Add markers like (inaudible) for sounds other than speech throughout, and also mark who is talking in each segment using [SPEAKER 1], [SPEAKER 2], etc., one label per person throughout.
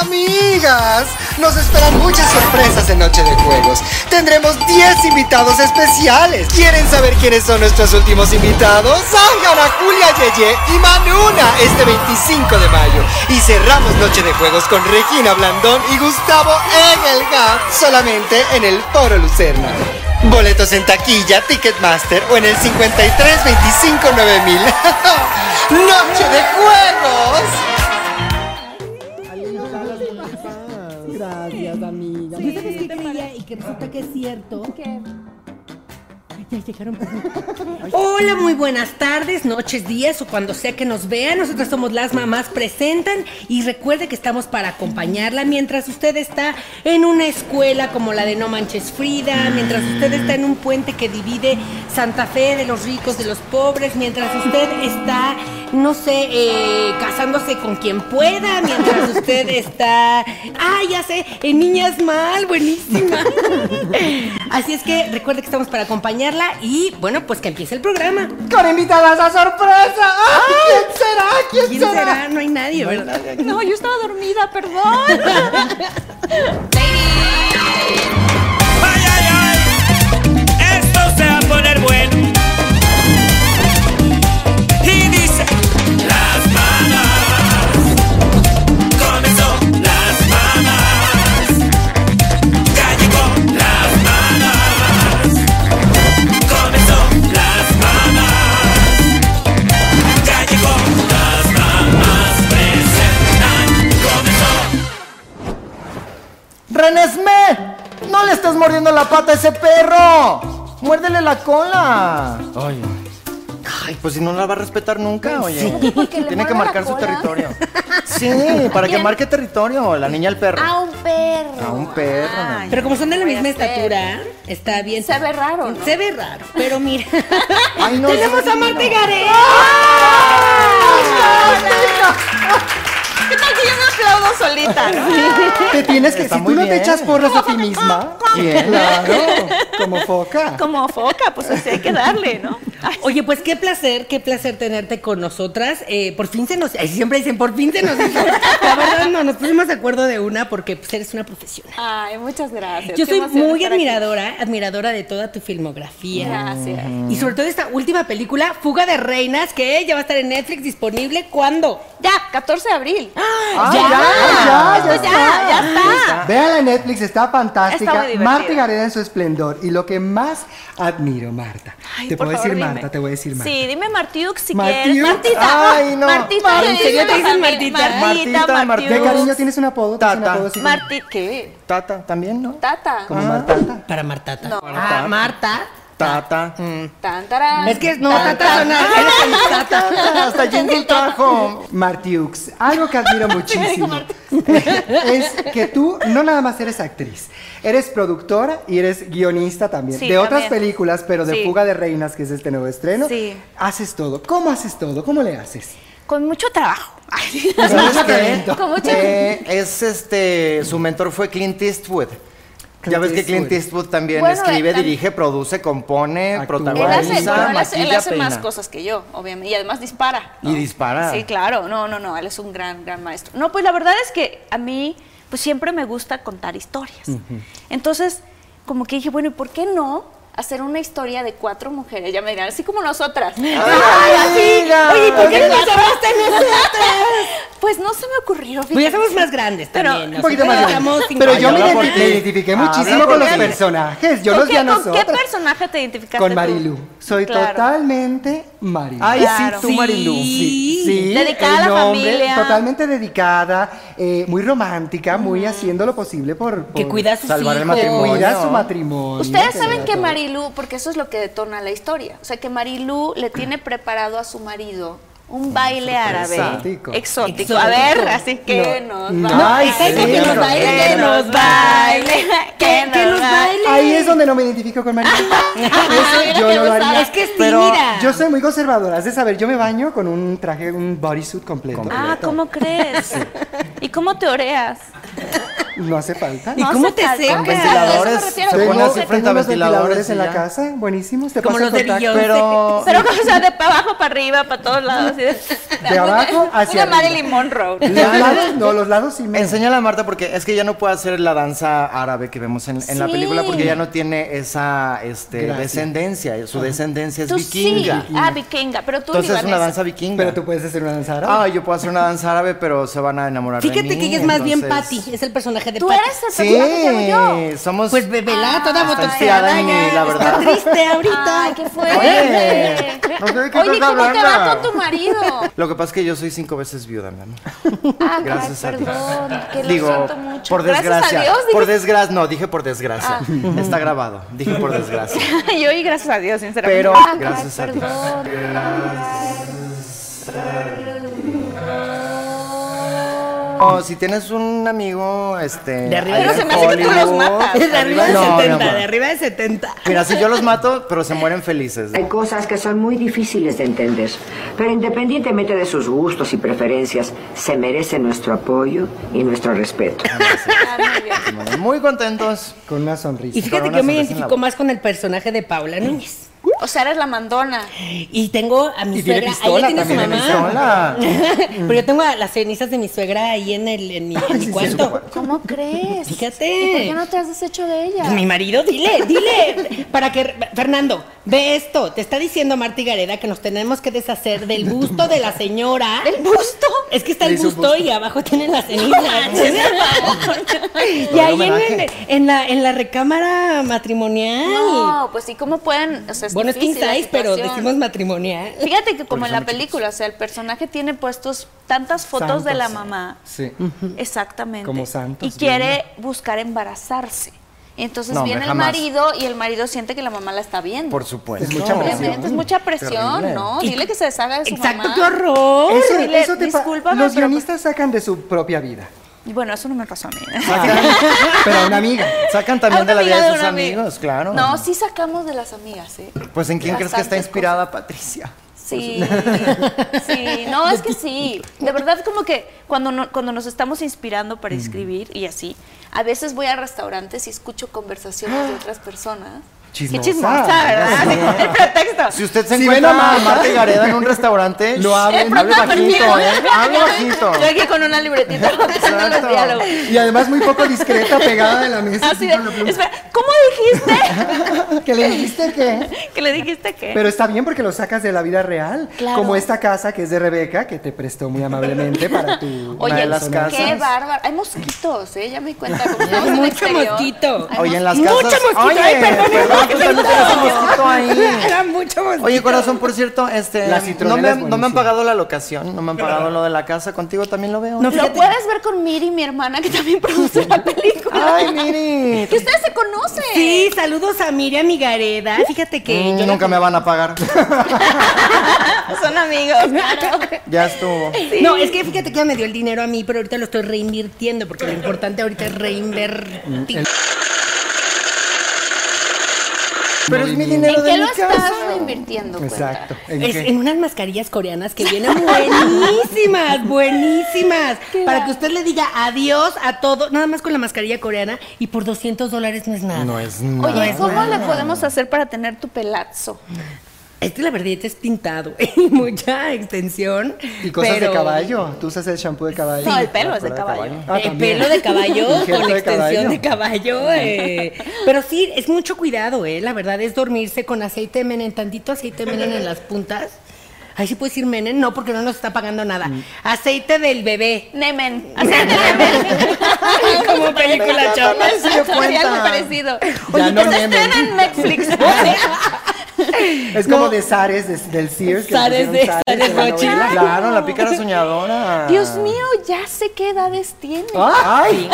[SPEAKER 1] Amigas, nos esperan muchas sorpresas en Noche de Juegos. Tendremos 10 invitados especiales. ¿Quieren saber quiénes son nuestros últimos invitados? Salgan a Julia Yeye y Manuna este 25 de mayo. Y cerramos Noche de Juegos con Regina Blandón y Gustavo Engelgard solamente en el Foro Lucerna. Boletos en taquilla, Ticketmaster o en el 53 25 9000. (laughs) ¡Noche de Juegos!
[SPEAKER 2] Gracias, amiga.
[SPEAKER 3] ¿Yo sabes qué creía y que resulta que es cierto? Ay, ya llegaron por mí. Hola, muy buenas tardes, noches, días o cuando sea que nos vean. Nosotras somos las mamás presentan y recuerde que estamos para acompañarla mientras usted está en una escuela como la de No Manches Frida, mientras usted está en un puente que divide Santa Fe de los ricos de los pobres, mientras usted está, no sé, eh, casándose con quien pueda, mientras usted está, ah, ya sé, en Niñas Mal, buenísima. Así es que recuerde que estamos para acompañarla y bueno, pues que empiece el programa.
[SPEAKER 1] Con invitadas a sorpresa. ¡Ay, quién será! ¿Quién,
[SPEAKER 3] ¿Quién
[SPEAKER 1] será?
[SPEAKER 3] será? No hay nadie, ¿verdad?
[SPEAKER 4] No, yo estaba dormida, perdón.
[SPEAKER 5] ¡Ay, ay, ay! Esto se va a poner bueno. Y dice: Las mamas. Comenzó las mamas. Ya llegó las mamas. Comenzó las mamas. Ya llegó las mamas. Presentan. Comenzó.
[SPEAKER 1] ¡Renesme! ¡No le estás mordiendo la pata a ese perro! ¡Muérdele la cola!
[SPEAKER 6] Ay,
[SPEAKER 1] Ay, pues si no la va a respetar nunca, oye.
[SPEAKER 4] porque
[SPEAKER 1] Tiene
[SPEAKER 4] le
[SPEAKER 1] Pues que
[SPEAKER 4] muerde la
[SPEAKER 1] marcar su (laughs)
[SPEAKER 4] cola.
[SPEAKER 1] territorio. Sí, para que marque territorio, la niña al perro.
[SPEAKER 4] A un perro.
[SPEAKER 1] A un perro.
[SPEAKER 4] Ay,
[SPEAKER 3] Pero como son de la misma
[SPEAKER 4] Voy a hacer.
[SPEAKER 3] estatura, está bien.
[SPEAKER 4] Se ve raro, ¿no?
[SPEAKER 3] Se ve raro, pero
[SPEAKER 4] (laughs)
[SPEAKER 3] mira.
[SPEAKER 1] Ay, no, ¡Ah!
[SPEAKER 3] Tenemos
[SPEAKER 1] sí,
[SPEAKER 3] a
[SPEAKER 1] no.
[SPEAKER 3] Marta Gareda.
[SPEAKER 4] ¿Qué tal que yo me aplaudo solita?
[SPEAKER 1] Te tienes que,
[SPEAKER 6] Está
[SPEAKER 1] si tú
[SPEAKER 6] muy
[SPEAKER 1] no te
[SPEAKER 6] bien.
[SPEAKER 1] echas porras a ti misma,
[SPEAKER 6] Bien.
[SPEAKER 1] claro, como foca.
[SPEAKER 4] Como foca, pues así hay que darle, ¿no? Ay,
[SPEAKER 3] Oye, pues qué placer, qué placer tenerte con nosotras. Eh, por fin se nos. ay, siempre dicen, por fin se nos. hizo. La verdad, no, nos pusimos de acuerdo de una porque pues, eres una profesional.
[SPEAKER 4] Ay, muchas gracias.
[SPEAKER 3] Yo
[SPEAKER 4] Qué
[SPEAKER 3] soy
[SPEAKER 4] emoción
[SPEAKER 3] muy
[SPEAKER 4] estar aquí.
[SPEAKER 3] admiradora, admiradora de toda tu filmografía.
[SPEAKER 4] Gracias.
[SPEAKER 1] Mm.
[SPEAKER 3] Y sobre todo esta última película, Fuga de Reinas, que ya va a estar en Netflix disponible. ¿Cuándo?
[SPEAKER 4] Ya, 14 de abril.
[SPEAKER 1] Ah,
[SPEAKER 3] ya,
[SPEAKER 1] ya, ya,
[SPEAKER 4] Pues ya, ya está.
[SPEAKER 1] Véala en Netflix, está
[SPEAKER 4] Está
[SPEAKER 1] fantástica.
[SPEAKER 4] muy divertida.
[SPEAKER 1] Marta Gareda en su esplendor. Y lo que más admiro, Marta.
[SPEAKER 4] Ay,
[SPEAKER 1] te
[SPEAKER 4] por
[SPEAKER 1] puedo
[SPEAKER 4] favor,
[SPEAKER 1] decir
[SPEAKER 4] dime.
[SPEAKER 1] Marta, te voy a decir Marta.
[SPEAKER 4] Sí, dime Martiux si
[SPEAKER 1] Martiux.
[SPEAKER 4] quieres. Martita.
[SPEAKER 1] Ay, no.
[SPEAKER 4] Martita.
[SPEAKER 1] Marti-
[SPEAKER 4] le
[SPEAKER 3] ¿En serio te
[SPEAKER 4] dicen
[SPEAKER 3] dicen
[SPEAKER 4] también.
[SPEAKER 3] Martita?
[SPEAKER 6] Martita, Marti-
[SPEAKER 1] De
[SPEAKER 4] Martiux.
[SPEAKER 1] cariño tienes un apodo, tienes un
[SPEAKER 6] Tata.
[SPEAKER 1] apodo así como-
[SPEAKER 4] Marti, ¿qué?
[SPEAKER 6] Tata también, ¿no?
[SPEAKER 4] Tata.
[SPEAKER 1] como Martata.
[SPEAKER 3] Para Martata.
[SPEAKER 4] No.
[SPEAKER 3] Ah, Marta.
[SPEAKER 6] Tata.
[SPEAKER 4] Tan, tarán.
[SPEAKER 3] Es que no, Tata suena. eres como Tata.
[SPEAKER 1] Hasta Jingle trajo Martiux. Algo que
[SPEAKER 3] (laughs)
[SPEAKER 1] admiro muchísimo es que tú no nada más eres actriz, eres productora y eres guionista también.
[SPEAKER 4] Sí,
[SPEAKER 1] de otras
[SPEAKER 4] también.
[SPEAKER 1] películas, pero de
[SPEAKER 4] Sí.
[SPEAKER 1] Fuga de Reinas, que es este nuevo estreno.
[SPEAKER 4] Sí.
[SPEAKER 1] Haces todo. ¿Cómo haces todo? ¿Cómo le haces?
[SPEAKER 4] Con mucho trabajo. Ay.
[SPEAKER 6] ¿Sabes qué?
[SPEAKER 1] talento.
[SPEAKER 4] Con mucho-
[SPEAKER 6] Eh, es este, su mentor fue Clint Eastwood. ya ves que Clint Eastwood también
[SPEAKER 4] Bueno,
[SPEAKER 6] escribe,
[SPEAKER 4] eh, tam-
[SPEAKER 6] dirige, produce, compone,
[SPEAKER 1] Actúa.
[SPEAKER 4] Él hace,
[SPEAKER 1] Guarniza,
[SPEAKER 4] bueno,
[SPEAKER 6] protagoniza,
[SPEAKER 4] él hace, él
[SPEAKER 6] maquilla,
[SPEAKER 4] hace más
[SPEAKER 6] peina.
[SPEAKER 4] cosas que yo, obviamente. Y además dispara.
[SPEAKER 6] Y dispara.
[SPEAKER 4] Sí, claro. No, no, no. Él es un gran, gran maestro. No, pues la verdad es que a mí, pues siempre me gusta contar historias. Entonces, como que dije, bueno, ¿y por qué no hacer una historia de cuatro mujeres? Ya me dirán, así como nosotras. (laughs)
[SPEAKER 1] amiga!
[SPEAKER 3] Oye, ¿y Ah. ¿por qué no nos llamaste a nosotras?
[SPEAKER 4] Pues no se me ocurrió.
[SPEAKER 3] Pues ya
[SPEAKER 4] fíjate.
[SPEAKER 3] somos más grandes
[SPEAKER 4] Pero-
[SPEAKER 3] también.
[SPEAKER 1] Un poquito
[SPEAKER 3] nosotros
[SPEAKER 1] más
[SPEAKER 3] estamos
[SPEAKER 1] grande.
[SPEAKER 3] (laughs) sin-
[SPEAKER 1] Pero yo
[SPEAKER 3] Ay,
[SPEAKER 1] me
[SPEAKER 6] habla
[SPEAKER 3] ahora
[SPEAKER 6] por
[SPEAKER 1] identi-
[SPEAKER 6] ti.
[SPEAKER 1] me identifiqué
[SPEAKER 6] Habla
[SPEAKER 1] muchísimo
[SPEAKER 6] por
[SPEAKER 1] con los
[SPEAKER 6] ti.
[SPEAKER 1] personajes. Yo
[SPEAKER 4] ¿Con
[SPEAKER 1] los vi
[SPEAKER 4] qué,
[SPEAKER 1] a
[SPEAKER 4] con qué
[SPEAKER 1] nosotros.
[SPEAKER 4] personaje te identificaste
[SPEAKER 1] Con
[SPEAKER 4] tú?
[SPEAKER 1] Marilu. Soy
[SPEAKER 4] Claro.
[SPEAKER 1] totalmente Marilu.
[SPEAKER 6] Ay,
[SPEAKER 4] Claro.
[SPEAKER 6] sí, tú, Marilu.
[SPEAKER 1] Sí, sí,
[SPEAKER 4] Dedicada
[SPEAKER 1] el
[SPEAKER 4] a la
[SPEAKER 1] nombre,
[SPEAKER 4] familia.
[SPEAKER 1] Totalmente dedicada, eh, muy romántica, muy haciendo lo posible por,
[SPEAKER 3] Que
[SPEAKER 1] por
[SPEAKER 3] cuida a sus
[SPEAKER 6] Salvar el
[SPEAKER 3] hijos.
[SPEAKER 6] matrimonio.
[SPEAKER 1] cuidar su matrimonio.
[SPEAKER 4] Ustedes saben
[SPEAKER 1] cuidar
[SPEAKER 4] que
[SPEAKER 1] todo.
[SPEAKER 4] Marilu, porque eso es lo que detona la historia, o sea que Marilu le tiene preparado a su marido un baile árabe
[SPEAKER 1] Exótico.
[SPEAKER 4] exótico.
[SPEAKER 3] Exótico.
[SPEAKER 4] A ver, así que
[SPEAKER 1] No,
[SPEAKER 4] nos
[SPEAKER 1] no,
[SPEAKER 4] va-
[SPEAKER 1] ay,
[SPEAKER 3] Exacto, que
[SPEAKER 1] sí,
[SPEAKER 3] nos baile, que nos (laughs) baile,
[SPEAKER 4] (laughs)
[SPEAKER 3] que, que nos baile.
[SPEAKER 1] Ahí es donde no me identifico con Marilu.
[SPEAKER 4] Ah,
[SPEAKER 1] Eso yo no lo haría.
[SPEAKER 3] Es que es
[SPEAKER 1] Pero
[SPEAKER 3] tímida.
[SPEAKER 1] yo soy muy conservadora. Has de saber, yo me baño con un traje, un bodysuit completo.
[SPEAKER 4] Ah, ¿cómo crees? ¿Y cómo te oreas?
[SPEAKER 1] No hace falta.
[SPEAKER 3] ¿Y
[SPEAKER 4] No
[SPEAKER 3] cómo
[SPEAKER 4] hace
[SPEAKER 3] te
[SPEAKER 4] falta.
[SPEAKER 3] secas?
[SPEAKER 4] A eso
[SPEAKER 6] Ventiladores.
[SPEAKER 4] me
[SPEAKER 6] Se
[SPEAKER 4] refiero,
[SPEAKER 6] ponen
[SPEAKER 4] ¿cómo
[SPEAKER 6] así
[SPEAKER 4] se-
[SPEAKER 6] frente a
[SPEAKER 1] unos
[SPEAKER 6] ventiladores.
[SPEAKER 1] en
[SPEAKER 6] y
[SPEAKER 1] la
[SPEAKER 6] ya.
[SPEAKER 1] casa, buenísimos. Te
[SPEAKER 3] Como
[SPEAKER 1] paso el
[SPEAKER 3] los de
[SPEAKER 1] contacto.
[SPEAKER 3] Beyoncé.
[SPEAKER 6] Pero.
[SPEAKER 4] Pero o sea, de para abajo para arriba, para todos lados. así De,
[SPEAKER 1] De abajo hacia
[SPEAKER 4] (laughs) Una
[SPEAKER 1] arriba.
[SPEAKER 4] Marilyn Monroe.
[SPEAKER 1] Los lados, no, los lados sí me.
[SPEAKER 6] Enseñala a Marta porque es que ya no puede hacer la danza árabe que vemos en, en la
[SPEAKER 4] Sí.
[SPEAKER 6] película porque ya no tiene esa este,
[SPEAKER 1] Gracias.
[SPEAKER 6] descendencia. Su descendencia es
[SPEAKER 4] Tú
[SPEAKER 6] vikinga.
[SPEAKER 4] sí. Ah, vikinga. Pero tú
[SPEAKER 6] Entonces es una
[SPEAKER 4] libanesa.
[SPEAKER 6] danza vikinga.
[SPEAKER 1] Pero tú puedes hacer una danza árabe.
[SPEAKER 6] Ah, yo puedo hacer una danza árabe, pero se van a enamorar de mí.
[SPEAKER 3] Fíjate que ella es más bien
[SPEAKER 6] entonces-
[SPEAKER 3] Patty, es el personaje de
[SPEAKER 4] Tú
[SPEAKER 3] Patty.
[SPEAKER 4] eres el personaje que hago yo.
[SPEAKER 6] Sí, somos.
[SPEAKER 3] Pues bebelá, toda
[SPEAKER 6] está
[SPEAKER 3] botoxeada.
[SPEAKER 6] inspirada en
[SPEAKER 3] ya,
[SPEAKER 6] mí,
[SPEAKER 3] Está
[SPEAKER 6] la verdad.
[SPEAKER 3] triste ahorita.
[SPEAKER 4] Ay, qué
[SPEAKER 6] Oye,
[SPEAKER 4] fuerte.
[SPEAKER 6] no sé de qué
[SPEAKER 4] Oye,
[SPEAKER 6] estás
[SPEAKER 4] ¿cómo te va
[SPEAKER 6] hablando.
[SPEAKER 4] con tu marido?
[SPEAKER 6] Lo que pasa es que yo soy cinco veces viuda, mi amor.
[SPEAKER 4] Ah,
[SPEAKER 6] Gracias a
[SPEAKER 4] ay,
[SPEAKER 6] Dios.
[SPEAKER 4] perdón, que lo
[SPEAKER 6] Digo,
[SPEAKER 4] siento mucho.
[SPEAKER 6] por
[SPEAKER 4] Gracias
[SPEAKER 6] desgracia.
[SPEAKER 4] a Dios. Ah.
[SPEAKER 6] por desgracia. No, dije por desgracia. Está grabado. Dije por desgracia.
[SPEAKER 4] (laughs) dije- Yo y gracias a Dios, sinceramente.
[SPEAKER 6] Pero
[SPEAKER 4] Ah,
[SPEAKER 6] gracias
[SPEAKER 4] ay,
[SPEAKER 6] a Dios.
[SPEAKER 4] perdón.
[SPEAKER 6] O si tienes un amigo, este.
[SPEAKER 3] De arriba
[SPEAKER 6] allá
[SPEAKER 3] de
[SPEAKER 4] Pero
[SPEAKER 6] en
[SPEAKER 4] se me hace que tú los
[SPEAKER 6] Hollywood,
[SPEAKER 4] matas.
[SPEAKER 3] Es de arriba de
[SPEAKER 6] No, mi
[SPEAKER 3] 70,
[SPEAKER 6] amor.
[SPEAKER 3] de arriba de 70.
[SPEAKER 6] Mira, si yo los mato, pero se mueren felices.
[SPEAKER 2] Hay cosas que son muy difíciles de entender, pero independientemente de sus gustos y preferencias, se merecen nuestro apoyo y nuestro respeto.
[SPEAKER 4] Ah,
[SPEAKER 6] Se mueren Muy contentos.
[SPEAKER 1] Con una sonrisa.
[SPEAKER 3] Y fíjate
[SPEAKER 6] Con
[SPEAKER 3] que yo me
[SPEAKER 6] una sonrisa en la
[SPEAKER 3] identifico
[SPEAKER 6] boca.
[SPEAKER 3] más con el personaje de Paula Núñez.
[SPEAKER 4] O sea, eres la mandona.
[SPEAKER 3] Y tengo a mi
[SPEAKER 1] Y tiene
[SPEAKER 3] suegra.
[SPEAKER 1] pistola
[SPEAKER 3] ahí tiene su
[SPEAKER 1] también,
[SPEAKER 3] mamá.
[SPEAKER 6] ¿eh?
[SPEAKER 1] tiene
[SPEAKER 6] pistola.
[SPEAKER 3] Pero yo tengo a las cenizas de mi suegra ahí en el en mi, en mi cuarto.
[SPEAKER 4] ¿Cómo crees?
[SPEAKER 3] Fíjate.
[SPEAKER 4] ¿Y por qué no te has deshecho de ella?
[SPEAKER 3] Pues mi marido, dile, dile. Para que. Fernando, ve esto. Te está diciendo Marti Gareda que nos tenemos que deshacer del busto de la señora.
[SPEAKER 4] ¿El busto?
[SPEAKER 3] Es que está
[SPEAKER 1] Le
[SPEAKER 3] el
[SPEAKER 1] hizo un
[SPEAKER 3] busto,
[SPEAKER 1] busto.
[SPEAKER 3] y abajo tiene la ceniza.
[SPEAKER 6] Ah,
[SPEAKER 3] (laughs) y
[SPEAKER 6] Todo el
[SPEAKER 3] ahí en,
[SPEAKER 6] homenaje.
[SPEAKER 3] el- en la, en la recámara matrimonial.
[SPEAKER 4] (laughs) No, pues sí, ¿cómo pueden? O sea, es
[SPEAKER 3] bueno, es king
[SPEAKER 4] difícil la
[SPEAKER 3] size, pero
[SPEAKER 4] situación.
[SPEAKER 3] decimos matrimonial.
[SPEAKER 4] Fíjate que como en la película, o sea, el personaje tiene puestos tantas fotos de la
[SPEAKER 1] Santos.
[SPEAKER 4] mamá.
[SPEAKER 1] Sí.
[SPEAKER 4] Exactamente.
[SPEAKER 1] Como santos,
[SPEAKER 4] Y quiere buscar embarazarse. Entonces
[SPEAKER 6] No,
[SPEAKER 4] viene
[SPEAKER 6] hombre,
[SPEAKER 4] el
[SPEAKER 6] jamás.
[SPEAKER 4] marido y el marido siente que la mamá la está viendo.
[SPEAKER 6] Por supuesto.
[SPEAKER 1] Es mucha
[SPEAKER 4] Obviamente,
[SPEAKER 1] presión.
[SPEAKER 4] es mucha presión,
[SPEAKER 1] Terrible.
[SPEAKER 4] ¿no?
[SPEAKER 3] Y-
[SPEAKER 4] Dile que se deshaga de su
[SPEAKER 3] Exacto,
[SPEAKER 4] mamá.
[SPEAKER 3] qué horror.
[SPEAKER 1] Eso,
[SPEAKER 4] Dile,
[SPEAKER 1] eso te pa-
[SPEAKER 4] discúlpame,
[SPEAKER 1] Los
[SPEAKER 4] pero-
[SPEAKER 1] guionistas sacan de su propia
[SPEAKER 4] (laughs)
[SPEAKER 1] vida.
[SPEAKER 4] Y bueno, eso no me
[SPEAKER 6] (laughs)
[SPEAKER 4] pasó a mí.
[SPEAKER 6] Sacan,
[SPEAKER 1] Pero a una amiga.
[SPEAKER 6] sacan
[SPEAKER 4] A
[SPEAKER 6] también
[SPEAKER 4] una
[SPEAKER 6] de la
[SPEAKER 4] amiga
[SPEAKER 6] vida de
[SPEAKER 4] un
[SPEAKER 6] sus
[SPEAKER 4] amigo.
[SPEAKER 6] amigos, claro.
[SPEAKER 4] No, sí sacamos de las amigas, ¿eh?
[SPEAKER 6] Pues en quién crees que está
[SPEAKER 4] Bastantes
[SPEAKER 6] inspirada Patricia. (laughs)
[SPEAKER 4] Sí, sí, no, es que sí. De verdad, como que cuando, no- cuando nos estamos inspirando
[SPEAKER 6] Mm.
[SPEAKER 4] para escribir y así, a veces voy a restaurantes y escucho conversaciones de otras
[SPEAKER 6] (gasps)
[SPEAKER 4] personas.
[SPEAKER 1] Chismosa.
[SPEAKER 4] Qué chismosa, ¿verdad? Sí, el pretexto.
[SPEAKER 6] Si usted se
[SPEAKER 1] Si
[SPEAKER 6] encuentra
[SPEAKER 1] ven a
[SPEAKER 6] a
[SPEAKER 1] Marta-
[SPEAKER 6] Marta y Gareda en un restaurante,
[SPEAKER 3] (laughs)
[SPEAKER 1] No hablen,
[SPEAKER 6] hable
[SPEAKER 4] Pronto,
[SPEAKER 6] bajito,
[SPEAKER 4] perfil.
[SPEAKER 6] ¿eh? (laughs) Hable bajito.
[SPEAKER 4] Yo aquí con una libretita
[SPEAKER 6] (laughs)
[SPEAKER 4] contestando los
[SPEAKER 6] Exacto.
[SPEAKER 4] diálogos.
[SPEAKER 1] Y además muy poco discreta, pegada de la mesa.
[SPEAKER 4] Así
[SPEAKER 1] así con la pluma.
[SPEAKER 4] de, espera, ¿cómo dijiste? (laughs)
[SPEAKER 1] ¿Que le dijiste que?
[SPEAKER 4] ¿Que le dijiste qué?
[SPEAKER 1] Pero está bien porque lo sacas de la vida real.
[SPEAKER 4] Claro.
[SPEAKER 1] Como esta casa que es de Rebeca, que te prestó muy amablemente para tu.
[SPEAKER 4] Oye,
[SPEAKER 6] una de las
[SPEAKER 4] qué
[SPEAKER 6] casas.
[SPEAKER 4] bárbaro. Hay mosquitos, ¿eh? Ya me di
[SPEAKER 6] (laughs)
[SPEAKER 4] cuenta. como
[SPEAKER 3] Hay
[SPEAKER 4] estamos en el
[SPEAKER 3] mucho
[SPEAKER 4] exterior.
[SPEAKER 3] mosquito.
[SPEAKER 4] Hay
[SPEAKER 6] Oye, en las
[SPEAKER 3] Mucho
[SPEAKER 6] casas.
[SPEAKER 3] mosquito,
[SPEAKER 6] Oye,
[SPEAKER 3] ay, perdón,
[SPEAKER 6] perdón,
[SPEAKER 3] que
[SPEAKER 6] tú también
[SPEAKER 3] perdón.
[SPEAKER 6] tienes un mosquito ahí.
[SPEAKER 3] (laughs) Era mucho bonito.
[SPEAKER 6] Oye, corazón, por cierto, este,
[SPEAKER 1] La
[SPEAKER 6] no,
[SPEAKER 1] citronela
[SPEAKER 6] me,
[SPEAKER 1] es
[SPEAKER 6] no me han
[SPEAKER 1] buenísima.
[SPEAKER 6] pagado la locación, no me han pagado lo de la casa, contigo también lo veo. ¿eh?
[SPEAKER 3] No,
[SPEAKER 4] Lo
[SPEAKER 3] fíjate.
[SPEAKER 4] puedes ver con Miri, mi hermana, que también (laughs) produce la película.
[SPEAKER 6] Ay, Miri.
[SPEAKER 4] Que ustedes se conocen.
[SPEAKER 3] Sí, saludos a Miriam y Gareda. Fíjate que
[SPEAKER 6] Mm,
[SPEAKER 3] yo
[SPEAKER 6] nunca me van a pagar. (laughs)
[SPEAKER 4] Son amigos, claro.
[SPEAKER 6] Ya estuvo.
[SPEAKER 3] No, es que fíjate que ya me dio el dinero a mí, pero ahorita lo estoy reinvirtiendo, porque
[SPEAKER 6] (laughs)
[SPEAKER 3] lo importante ahorita es reinvertir.
[SPEAKER 6] Pero es mi
[SPEAKER 4] ¿En
[SPEAKER 6] dinero de
[SPEAKER 4] qué
[SPEAKER 6] mi
[SPEAKER 4] lo
[SPEAKER 6] casa.
[SPEAKER 4] estás reinvirtiendo? cuenta?
[SPEAKER 1] Exacto. ¿En
[SPEAKER 3] Es
[SPEAKER 1] qué?
[SPEAKER 3] en unas mascarillas coreanas que vienen buenísimas, buenísimas. Para que usted le diga adiós a todo, nada más con la mascarilla coreana y por 200 dólares no es nada.
[SPEAKER 6] No es nada.
[SPEAKER 4] Oye, ¿cómo le podemos hacer para tener tu pelazo?
[SPEAKER 3] Este la verdad ya es pintado (laughs) y mucha extensión.
[SPEAKER 1] Y cosas
[SPEAKER 3] pero-
[SPEAKER 1] de caballo. Tú usas el shampoo de caballo.
[SPEAKER 4] No, el pelo es de caballo.
[SPEAKER 1] Ah,
[SPEAKER 3] Eh,
[SPEAKER 1] también.
[SPEAKER 3] pelo de caballo
[SPEAKER 1] Injerto
[SPEAKER 3] con
[SPEAKER 1] de
[SPEAKER 3] extensión
[SPEAKER 1] caballo.
[SPEAKER 3] de caballo. eh. Pero sí, es mucho cuidado, ¿eh? La verdad es dormirse con aceite de menen, tantito aceite de menen en las puntas. Ahí sí puedes ir menen, no, porque no nos está pagando nada.
[SPEAKER 1] Mm.
[SPEAKER 3] Aceite del bebé. (laughs)
[SPEAKER 4] Nemen.
[SPEAKER 3] Como película chapa.
[SPEAKER 6] sí me
[SPEAKER 4] Exacto, sí, algo
[SPEAKER 6] cuenta.
[SPEAKER 4] parecido.
[SPEAKER 1] Ya
[SPEAKER 4] Oye,
[SPEAKER 1] no
[SPEAKER 4] que se
[SPEAKER 1] nemen.
[SPEAKER 4] estrena
[SPEAKER 3] (laughs)
[SPEAKER 4] en Netflix.
[SPEAKER 1] Es como de Zares, de- del Sears. que
[SPEAKER 3] Zares
[SPEAKER 1] pusieron
[SPEAKER 3] de- Zares
[SPEAKER 1] la
[SPEAKER 3] Rochi.
[SPEAKER 1] novela.
[SPEAKER 6] Claro, la pícara soñadora.
[SPEAKER 4] Dios mío, ya sé qué edades tiene.
[SPEAKER 3] Oh,
[SPEAKER 6] Ay.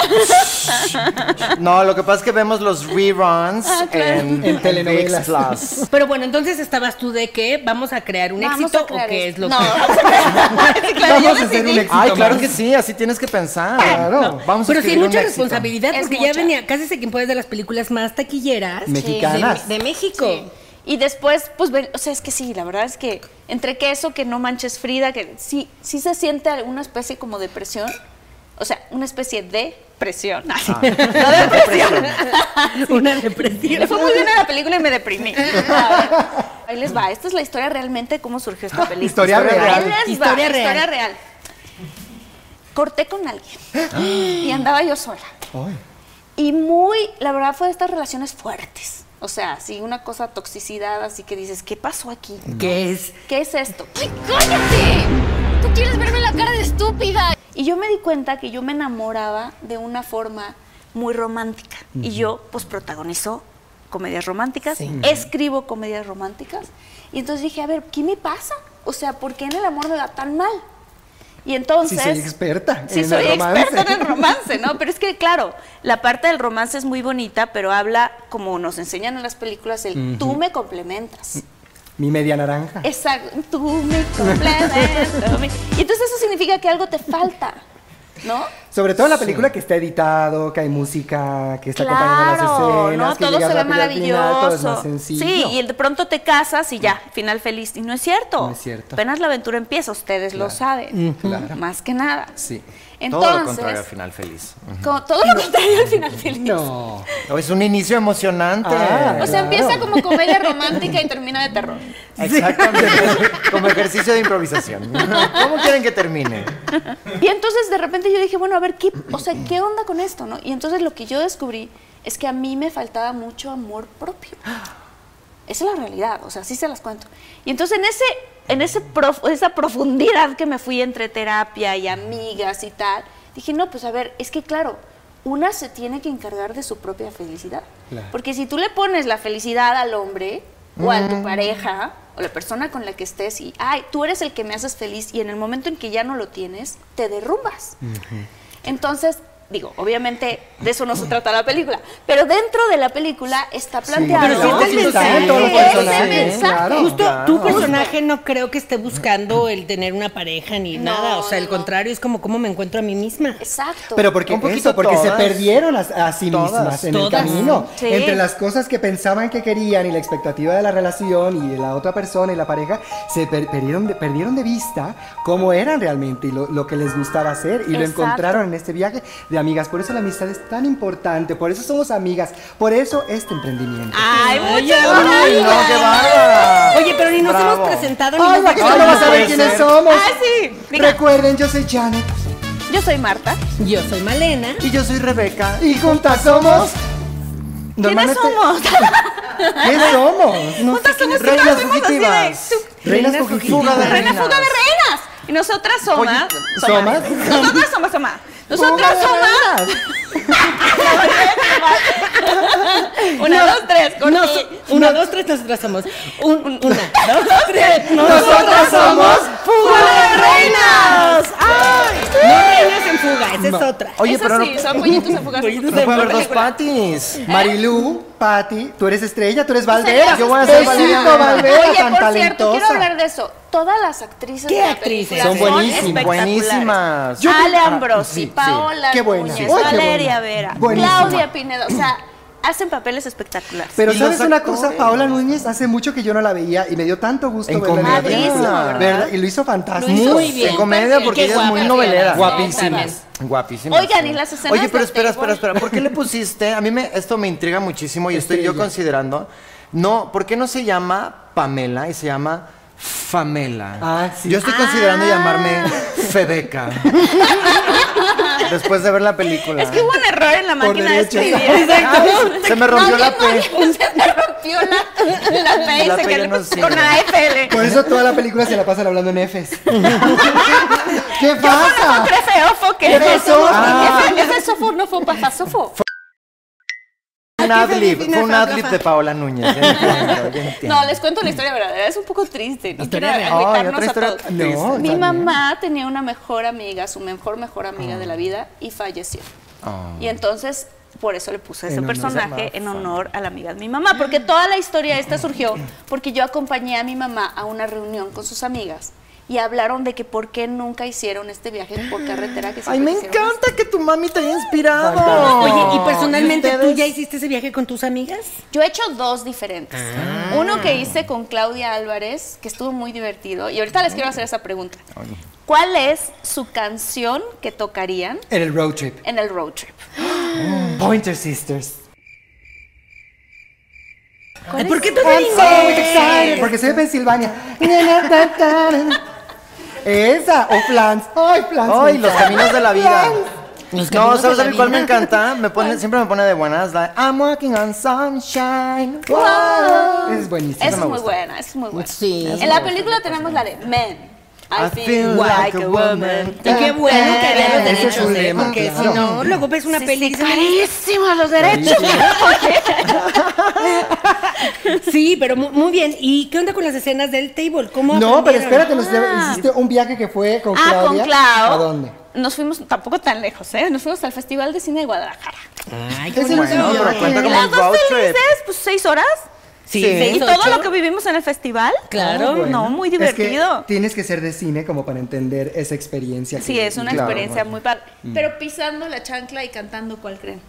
[SPEAKER 6] No, lo que pasa es que vemos los reruns
[SPEAKER 3] Ah,
[SPEAKER 6] en,
[SPEAKER 1] En telenovelas.
[SPEAKER 6] Vix Plus.
[SPEAKER 3] Pero bueno, entonces estabas tú de que vamos a crear un
[SPEAKER 4] Vamos
[SPEAKER 3] éxito
[SPEAKER 4] a crear
[SPEAKER 3] o qué
[SPEAKER 4] esto.
[SPEAKER 3] es lo (laughs)
[SPEAKER 4] No,
[SPEAKER 3] que.
[SPEAKER 4] vamos a crear- Sí, claro, yo
[SPEAKER 1] Vamos a hacer
[SPEAKER 4] decidí.
[SPEAKER 1] un éxito.
[SPEAKER 6] Ay, claro
[SPEAKER 1] más.
[SPEAKER 6] que sí, así tienes que pensar.
[SPEAKER 1] Claro.
[SPEAKER 6] No,
[SPEAKER 3] Pero
[SPEAKER 6] Vamos a
[SPEAKER 3] sí hay
[SPEAKER 6] escribir un
[SPEAKER 3] mucha
[SPEAKER 6] éxito.
[SPEAKER 3] responsabilidad,
[SPEAKER 4] Es
[SPEAKER 3] porque ya
[SPEAKER 4] mucha.
[SPEAKER 3] venía, casi se quien puede de las películas más taquilleras eh,
[SPEAKER 1] Mexicanas.
[SPEAKER 3] de, de México.
[SPEAKER 4] Y después, pues, ven- o sea, es que sí, la verdad es que entre que eso, que no manches Frida, que sí, sí se siente alguna especie como depresión, o sea, una especie de presión. Ah. (laughs) No de presión.
[SPEAKER 3] (laughs) Una
[SPEAKER 4] (laughs) Le
[SPEAKER 3] depresión.
[SPEAKER 4] fue muy bien a la película y me deprimí. A ver, Ahí les va, esta es la historia realmente de cómo surgió esta película.
[SPEAKER 6] Ah, Historia real.
[SPEAKER 4] Ahí les va,
[SPEAKER 3] Historia
[SPEAKER 4] historia
[SPEAKER 3] real.
[SPEAKER 4] real. Corté con
[SPEAKER 6] Ah.
[SPEAKER 4] alguien y andaba yo sola. Y muy, la verdad fue de estas relaciones fuertes. O sea, así una cosa toxicidad, así que dices, ¿qué pasó aquí?
[SPEAKER 3] ¿Qué es?
[SPEAKER 4] ¿Qué es esto?
[SPEAKER 7] ¡Ay, cállate! Tú quieres verme la cara de estúpida.
[SPEAKER 4] Y yo me di cuenta que yo me enamoraba de una forma muy romántica. Y yo, pues, protagonizo comedias románticas, escribo comedias románticas. Y entonces dije, a ver, ¿qué me pasa? O sea, ¿por qué en el amor me va tan mal? Y entonces...
[SPEAKER 1] soy experta
[SPEAKER 4] Sí,
[SPEAKER 1] en el
[SPEAKER 4] soy
[SPEAKER 1] romance.
[SPEAKER 4] experta en el
[SPEAKER 1] (laughs)
[SPEAKER 4] romance, ¿no? Pero es que, claro, la parte del romance es muy bonita, pero habla, como nos enseñan en las películas, el tú me complementas.
[SPEAKER 1] Mi media naranja.
[SPEAKER 4] Exacto, tú me complementas. mi- Y entonces eso significa que algo te falta, ¿no?
[SPEAKER 1] Sobre todo en la película que está editado, que hay música, que está acompañada de las
[SPEAKER 4] ¿no?
[SPEAKER 1] escenas, que
[SPEAKER 4] todo
[SPEAKER 1] llegas
[SPEAKER 4] se ve
[SPEAKER 1] rápido al final, todo es
[SPEAKER 4] maravilloso.
[SPEAKER 1] más sencillo.
[SPEAKER 4] sí, y de pronto te casas y ya, final feliz. Y no es cierto.
[SPEAKER 1] No es cierto.
[SPEAKER 4] Apenas la aventura empieza, ustedes lo saben. Más que nada.
[SPEAKER 6] Sí.
[SPEAKER 4] Entonces,
[SPEAKER 6] Todo lo contrario al final feliz.
[SPEAKER 4] co- todo lo contrario al final feliz.
[SPEAKER 1] No.
[SPEAKER 6] Es un inicio emocionante.
[SPEAKER 1] Ah.
[SPEAKER 4] O sea, empieza
[SPEAKER 1] Claro.
[SPEAKER 4] como comedia romántica y termina de terror.
[SPEAKER 6] (laughs) Exactamente. Como ejercicio de improvisación. ¿Cómo quieren que termine?
[SPEAKER 4] Y entonces de repente yo dije, bueno, a ver, ¿qué, o sea, ¿qué onda con esto? ¿no? Y entonces lo que yo descubrí es que a mí me faltaba mucho amor propio. Esa es la realidad, o sea, así se las cuento. Y entonces en, ese, en ese prof- esa profundidad que me fui entre terapia y amigas y tal, dije, no, pues a ver, es que claro, una se tiene que encargar de su propia felicidad. Porque si tú le pones la felicidad al hombre o a tu pareja o la persona con la que estés y, ay, tú eres el que me haces feliz y en el momento en que ya no lo tienes, te derrumbas. Entonces, digo, obviamente de eso no se trata la película, pero dentro de la película está planteado
[SPEAKER 3] Pero sí este está el
[SPEAKER 4] ese
[SPEAKER 3] mensaje.
[SPEAKER 1] todos los
[SPEAKER 3] Ese
[SPEAKER 1] personajes,
[SPEAKER 4] mensaje.
[SPEAKER 1] claro.
[SPEAKER 3] Justo,
[SPEAKER 6] claro.
[SPEAKER 3] tu personaje no creo que esté buscando el tener una pareja ni
[SPEAKER 4] No,
[SPEAKER 3] nada. O sea, al
[SPEAKER 4] no.
[SPEAKER 3] contrario, es como cómo me encuentro a mí misma.
[SPEAKER 4] Exacto.
[SPEAKER 1] Pero porque
[SPEAKER 6] Un poquito
[SPEAKER 1] eso, porque se
[SPEAKER 6] todas.
[SPEAKER 1] perdieron las- a sí mismas
[SPEAKER 6] Todas,
[SPEAKER 1] en
[SPEAKER 3] todas.
[SPEAKER 1] el camino.
[SPEAKER 4] Sí.
[SPEAKER 1] Entre las cosas que pensaban que querían y la expectativa de la relación y de la otra persona y la pareja, se per- perdieron, de, perdieron de vista cómo eran realmente y lo, lo que les gustaba hacer. Y lo
[SPEAKER 4] Exacto.
[SPEAKER 1] encontraron en este viaje de amigas. Por eso la amistad es tan importante, por eso somos amigas, por eso este emprendimiento.
[SPEAKER 4] Ay, muchas
[SPEAKER 6] ¡Ay, no, qué bárbara!
[SPEAKER 3] Oye, pero ni nos
[SPEAKER 6] Bravo.
[SPEAKER 3] hemos presentado ni
[SPEAKER 1] ¡Ay,
[SPEAKER 3] nos
[SPEAKER 1] aquí no
[SPEAKER 3] hemos
[SPEAKER 1] vas a ver
[SPEAKER 6] puede
[SPEAKER 1] quiénes
[SPEAKER 6] ser.
[SPEAKER 1] somos!
[SPEAKER 4] Ah, sí. Mira,
[SPEAKER 1] Recuerden, yo soy Janet
[SPEAKER 4] yo soy Marta.
[SPEAKER 3] Yo soy Malena.
[SPEAKER 6] Y yo soy Rebeca.
[SPEAKER 1] y juntas somos.
[SPEAKER 4] ¿Quiénes
[SPEAKER 1] Normalmente-
[SPEAKER 4] somos?
[SPEAKER 1] ¿Qué somos? No
[SPEAKER 4] Juntas
[SPEAKER 1] sé quiénes-
[SPEAKER 4] somos todas,
[SPEAKER 6] reinas
[SPEAKER 4] fuimos así de-
[SPEAKER 6] fugitivas.
[SPEAKER 1] Reinas
[SPEAKER 6] Fuga de
[SPEAKER 1] fugitivas.
[SPEAKER 4] (laughs) Reina fuga de reinas. Y nosotras somos.
[SPEAKER 1] Oye,
[SPEAKER 4] Somas.
[SPEAKER 1] ¿somas?
[SPEAKER 4] Nosotras somos somas. Nosotras somos. (laughs) Una, dos, tres. Con
[SPEAKER 3] Nos-
[SPEAKER 4] I.
[SPEAKER 3] una, dos, tres, nosotras somos. Un, un- una,
[SPEAKER 4] (laughs)
[SPEAKER 3] dos, tres.
[SPEAKER 1] Nosotras somos
[SPEAKER 3] fuga de reinas. ¡Ay! No reinas en fuga, esa es otra.
[SPEAKER 6] Oye,
[SPEAKER 4] Eso
[SPEAKER 6] pero no-
[SPEAKER 4] sí, son pollitos en fuga.
[SPEAKER 3] Pollitos
[SPEAKER 6] No
[SPEAKER 3] en
[SPEAKER 6] puede haber
[SPEAKER 3] fuga.
[SPEAKER 6] dos patis.
[SPEAKER 1] Marilú, Patti, tú eres estrella, tú eres Valdera.
[SPEAKER 4] Serías
[SPEAKER 6] Yo voy a ser
[SPEAKER 1] Besito,
[SPEAKER 6] Valdera.
[SPEAKER 1] Valdera,
[SPEAKER 4] Oye,
[SPEAKER 1] tan
[SPEAKER 4] por cierto, quiero
[SPEAKER 1] talentosa.
[SPEAKER 4] hablar de eso. Todas las actrices
[SPEAKER 3] ¿Qué
[SPEAKER 4] de la
[SPEAKER 3] actrices?
[SPEAKER 4] película
[SPEAKER 6] Son buenísimas.
[SPEAKER 4] espectaculares.
[SPEAKER 6] Buenísimas.
[SPEAKER 1] Yo-
[SPEAKER 4] Ale
[SPEAKER 1] Ah,
[SPEAKER 4] Ambrosi,
[SPEAKER 1] sí, sí.
[SPEAKER 4] Paola
[SPEAKER 1] Qué buena.
[SPEAKER 4] Núñez,
[SPEAKER 1] Sí. Oye, qué
[SPEAKER 4] Valeria
[SPEAKER 1] buena.
[SPEAKER 4] Vera,
[SPEAKER 1] Buenísima.
[SPEAKER 4] Claudia Pineda, o sea, hacen papeles espectaculares.
[SPEAKER 1] Pero
[SPEAKER 6] Y
[SPEAKER 1] sabes
[SPEAKER 6] los
[SPEAKER 1] una
[SPEAKER 6] actores.
[SPEAKER 1] cosa, Paola Núñez hace mucho que yo no la veía y me dio tanto gusto
[SPEAKER 6] En
[SPEAKER 1] verla la
[SPEAKER 6] comedia.
[SPEAKER 1] película.
[SPEAKER 6] Padrísimo,
[SPEAKER 1] ¿Verdad? Y lo hizo
[SPEAKER 4] Ah,
[SPEAKER 1] fantástico.
[SPEAKER 3] Lo hizo
[SPEAKER 6] Muy
[SPEAKER 3] muy bien.
[SPEAKER 6] En comedia porque
[SPEAKER 3] Qué
[SPEAKER 6] ella es muy
[SPEAKER 3] guapa,
[SPEAKER 6] novelera.
[SPEAKER 3] sí, Guapísimas.
[SPEAKER 6] Guapísimas.
[SPEAKER 4] Oigan,
[SPEAKER 6] sí.
[SPEAKER 4] y las escenas
[SPEAKER 6] Oye, pero
[SPEAKER 4] de
[SPEAKER 6] espera, espera,
[SPEAKER 4] table.
[SPEAKER 6] espera. ¿Por qué le pusiste? A mí me, esto me intriga muchísimo y estoy yo
[SPEAKER 1] Estrella.
[SPEAKER 6] considerando. No, ¿por qué no se llama Pamela y se llama Famela?
[SPEAKER 1] Ah, sí.
[SPEAKER 6] Yo estoy considerando llamarme
[SPEAKER 4] (laughs)
[SPEAKER 6] Febeca. Después de ver la película.
[SPEAKER 4] Es que hubo un error en la
[SPEAKER 1] Por
[SPEAKER 4] máquina de
[SPEAKER 1] derechos.
[SPEAKER 4] escribir.
[SPEAKER 3] (laughs)
[SPEAKER 6] Ay,
[SPEAKER 4] Ah,
[SPEAKER 6] (laughs) se me rompió la P.
[SPEAKER 4] (laughs) Se me rompió la, la P y
[SPEAKER 6] La
[SPEAKER 4] se
[SPEAKER 6] P ya
[SPEAKER 4] quedó
[SPEAKER 6] no sirve.
[SPEAKER 4] con E. la FL.
[SPEAKER 1] Por eso toda la película se la pasan hablando en
[SPEAKER 4] (laughs)
[SPEAKER 1] Fs. ¿Qué pasa?
[SPEAKER 4] Tres feofo que
[SPEAKER 1] ¿Qué pasó?
[SPEAKER 6] Ah.
[SPEAKER 4] Ese, ese sofo no fue pasasofo.
[SPEAKER 6] Un adlib, fue un adlib de Paola Núñez. ya entiendo,
[SPEAKER 1] (laughs)
[SPEAKER 6] ya entiendo.
[SPEAKER 4] No, les cuento la historia verdadera. Es un poco triste. Ni quiero
[SPEAKER 6] Ay,
[SPEAKER 4] agüitarnos
[SPEAKER 6] otra
[SPEAKER 4] a
[SPEAKER 6] historia
[SPEAKER 4] todos.
[SPEAKER 6] tan triste.
[SPEAKER 1] No.
[SPEAKER 4] Mi
[SPEAKER 1] También.
[SPEAKER 4] mamá tenía una mejor amiga, su mejor, mejor amiga
[SPEAKER 6] Ah.
[SPEAKER 4] de la vida, y falleció. Y entonces, por eso le puse ese
[SPEAKER 1] honor de
[SPEAKER 4] personaje en honor a la amiga de mi mamá, porque toda la historia
[SPEAKER 6] Ah.
[SPEAKER 4] esta surgió porque yo acompañé a mi mamá a una reunión con sus amigas y hablaron de que por qué nunca hicieron este viaje por carretera que
[SPEAKER 6] Ay,
[SPEAKER 4] siempre
[SPEAKER 6] me
[SPEAKER 4] quisieron
[SPEAKER 6] encanta que tu mami te haya inspirado.
[SPEAKER 3] Oye, ¿y personalmente tú
[SPEAKER 6] Oh, ustedes?
[SPEAKER 3] ya hiciste ese viaje con tus amigas?
[SPEAKER 4] Yo he hecho dos diferentes.
[SPEAKER 6] Ah.
[SPEAKER 4] Uno que hice con Claudia Álvarez, que estuvo muy divertido. Y ahorita les quiero hacer esa pregunta. ¿Cuál es su canción que tocarían
[SPEAKER 1] En el road trip.
[SPEAKER 4] en el road trip?
[SPEAKER 6] (laughs) Pointer Sisters.
[SPEAKER 3] Ay, ¿Por qué tú te dices?
[SPEAKER 6] Porque soy de Pensilvania. Esa, o Flans. Ay, Flans. Ay, los caminos de la vida. No,
[SPEAKER 3] caminos de
[SPEAKER 6] ¿sabes
[SPEAKER 3] la
[SPEAKER 6] a mí cuál
[SPEAKER 3] vida.
[SPEAKER 6] me encanta? Me pone, siempre me pone de buenas. la de, I'm walking on sunshine. Es buenísimo.
[SPEAKER 4] Esa es
[SPEAKER 6] me
[SPEAKER 4] muy
[SPEAKER 6] gusta.
[SPEAKER 4] buena, esa es muy buena.
[SPEAKER 3] Sí. Esa
[SPEAKER 4] En la película tenemos la de Men. I,
[SPEAKER 6] I feel like a woman.
[SPEAKER 3] Y qué bueno que había los
[SPEAKER 6] Ese es
[SPEAKER 3] derechos,
[SPEAKER 6] un
[SPEAKER 3] ¿eh?
[SPEAKER 6] lema,
[SPEAKER 3] Porque si
[SPEAKER 6] claro.
[SPEAKER 3] no, luego ves una
[SPEAKER 4] Sí, sí,
[SPEAKER 3] peli y dices,
[SPEAKER 4] carísimos los derechos.
[SPEAKER 3] Sí, pero mu- muy bien. ¿Y qué onda con las escenas del table? ¿Cómo
[SPEAKER 1] No, pero
[SPEAKER 3] aprendieron?
[SPEAKER 1] espérate, nos hiciste un viaje que fue con
[SPEAKER 4] Ah,
[SPEAKER 1] Claudia.
[SPEAKER 4] con Clau.
[SPEAKER 1] ¿A dónde?
[SPEAKER 4] Nos fuimos tampoco tan lejos, ¿eh? Nos fuimos al Festival de Cine de Guadalajara.
[SPEAKER 3] Ay, qué
[SPEAKER 1] Es el
[SPEAKER 3] bonito.
[SPEAKER 6] Bueno, pero cuenta como
[SPEAKER 4] Las
[SPEAKER 6] un road
[SPEAKER 4] dos
[SPEAKER 6] trip.
[SPEAKER 4] felices, pues seis horas.
[SPEAKER 3] Sí,
[SPEAKER 6] Sí.
[SPEAKER 3] seis,
[SPEAKER 4] Y todo
[SPEAKER 3] ocho.
[SPEAKER 4] lo que vivimos en el festival.
[SPEAKER 3] Claro.
[SPEAKER 4] No, muy
[SPEAKER 1] Es que
[SPEAKER 4] divertido.
[SPEAKER 1] tienes que ser de cine como para entender esa experiencia.
[SPEAKER 4] Sí,
[SPEAKER 1] que-
[SPEAKER 4] es una
[SPEAKER 1] Claro,
[SPEAKER 4] experiencia
[SPEAKER 1] bueno.
[SPEAKER 4] muy padre. Pero pisando la chancla y cantando, ¿cuál creen?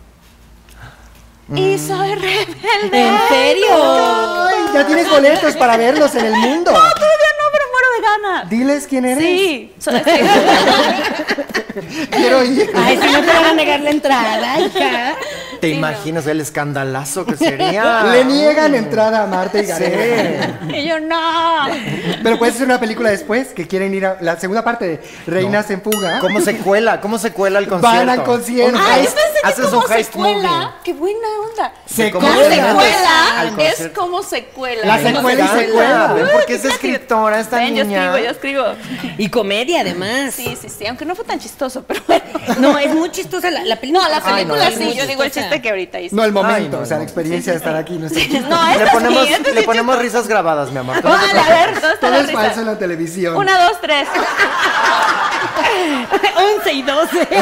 [SPEAKER 4] Y soy rebelde.
[SPEAKER 3] ¿En serio?
[SPEAKER 1] Ay, ya tienes boletos para verlos en el mundo.
[SPEAKER 4] (laughs) No, todavía no, pero muero de ganas.
[SPEAKER 1] Diles quién eres.
[SPEAKER 4] Sí, soy-
[SPEAKER 1] (laughs) Quiero ir.
[SPEAKER 3] Ay, si no te van a negar la entrada, hija.
[SPEAKER 6] ¿Te imaginas el escandalazo que sería?
[SPEAKER 1] (laughs) Le niegan entrada a Marta y Gareda.
[SPEAKER 4] y yo no. Ah,
[SPEAKER 1] Pero puedes hacer una película después que quieren ir a la segunda parte de Reinas en Fuga.
[SPEAKER 6] ¿Cómo se cuela? ¿Cómo se cuela el concierto?
[SPEAKER 1] Van al concierto.
[SPEAKER 6] Un
[SPEAKER 4] Ay, yo
[SPEAKER 6] heist.
[SPEAKER 4] pensé que
[SPEAKER 6] Haces
[SPEAKER 4] como
[SPEAKER 6] un heist movie.
[SPEAKER 4] secuela. Qué buena onda.
[SPEAKER 1] Se
[SPEAKER 6] ¿Cómo
[SPEAKER 4] La
[SPEAKER 1] cuela.
[SPEAKER 6] se
[SPEAKER 4] secuela
[SPEAKER 6] Al
[SPEAKER 4] es
[SPEAKER 6] concierto.
[SPEAKER 4] como secuela.
[SPEAKER 1] La secuela y
[SPEAKER 4] Como
[SPEAKER 1] secuela.
[SPEAKER 6] Ven,
[SPEAKER 4] Ay,
[SPEAKER 6] porque es
[SPEAKER 4] qué creativa.
[SPEAKER 6] escritora esta
[SPEAKER 4] Ven,
[SPEAKER 6] niña.
[SPEAKER 4] Yo escribo, yo escribo.
[SPEAKER 3] Y comedia, además.
[SPEAKER 4] Sí, sí, sí, aunque no fue tan chistoso, pero bueno.
[SPEAKER 3] No, es muy chistosa la, la película.
[SPEAKER 4] No, la
[SPEAKER 3] Ay, no,
[SPEAKER 4] película
[SPEAKER 3] es muy
[SPEAKER 4] sí, yo digo el
[SPEAKER 3] chistosa.
[SPEAKER 4] chiste que ahorita hice.
[SPEAKER 1] No, el momento,
[SPEAKER 6] Ay, no,
[SPEAKER 1] o sea,
[SPEAKER 6] no.
[SPEAKER 1] la experiencia de estar aquí. No, sé.
[SPEAKER 4] No,
[SPEAKER 6] Le
[SPEAKER 4] este
[SPEAKER 6] ponemos,
[SPEAKER 4] sí, este
[SPEAKER 6] le
[SPEAKER 4] sí.
[SPEAKER 6] ponemos risas grabadas, mi amor.
[SPEAKER 4] Vale, a ver, ¿dónde está
[SPEAKER 1] Todo
[SPEAKER 4] la
[SPEAKER 1] es falso en
[SPEAKER 4] risa?
[SPEAKER 1] la televisión.
[SPEAKER 4] Una, dos, tres. (laughs)
[SPEAKER 3] 11 y 12. (laughs)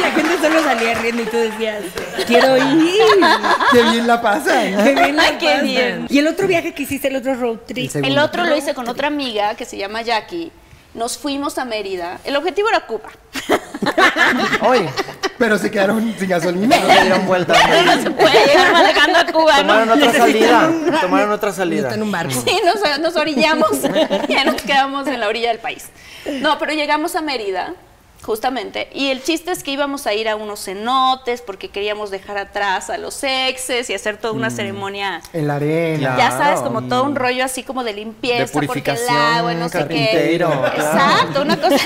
[SPEAKER 3] La gente solo salía riendo y tú decías, quiero ir.
[SPEAKER 1] (laughs) Qué bien la pasan.
[SPEAKER 3] Qué bien la
[SPEAKER 4] Ay, qué
[SPEAKER 3] pasan.
[SPEAKER 4] bien.
[SPEAKER 3] Y el otro viaje que hiciste, el otro road trip.
[SPEAKER 1] El
[SPEAKER 4] El otro lo hice con otra amiga que se llama Jackie. Nos fuimos a Mérida. El objetivo era Cuba. (laughs)
[SPEAKER 6] Hoy
[SPEAKER 1] Pero se quedaron sin gasolina.
[SPEAKER 6] no le dieron vuelta.
[SPEAKER 4] (laughs) No se puede llegar manejando a Cuba,
[SPEAKER 6] Tomaron
[SPEAKER 4] ¿no?
[SPEAKER 6] otra salida.
[SPEAKER 3] Necesitan un-
[SPEAKER 6] Tomaron otra salida.
[SPEAKER 3] en un barco.
[SPEAKER 4] Sí, nos, nos orillamos. (laughs) ya nos quedamos en la orilla del país. No, pero llegamos a Mérida, justamente. Y el chiste es que íbamos a ir a unos cenotes porque queríamos dejar atrás a los exes y hacer toda
[SPEAKER 6] Mm.
[SPEAKER 4] una ceremonia.
[SPEAKER 1] En la arena.
[SPEAKER 4] Ya sabes, como
[SPEAKER 6] Claro.
[SPEAKER 4] todo un rollo así como de limpieza,
[SPEAKER 6] De purificación,
[SPEAKER 4] porque el agua, no sé qué.
[SPEAKER 6] carpintero, claro.
[SPEAKER 4] Exacto, una cosa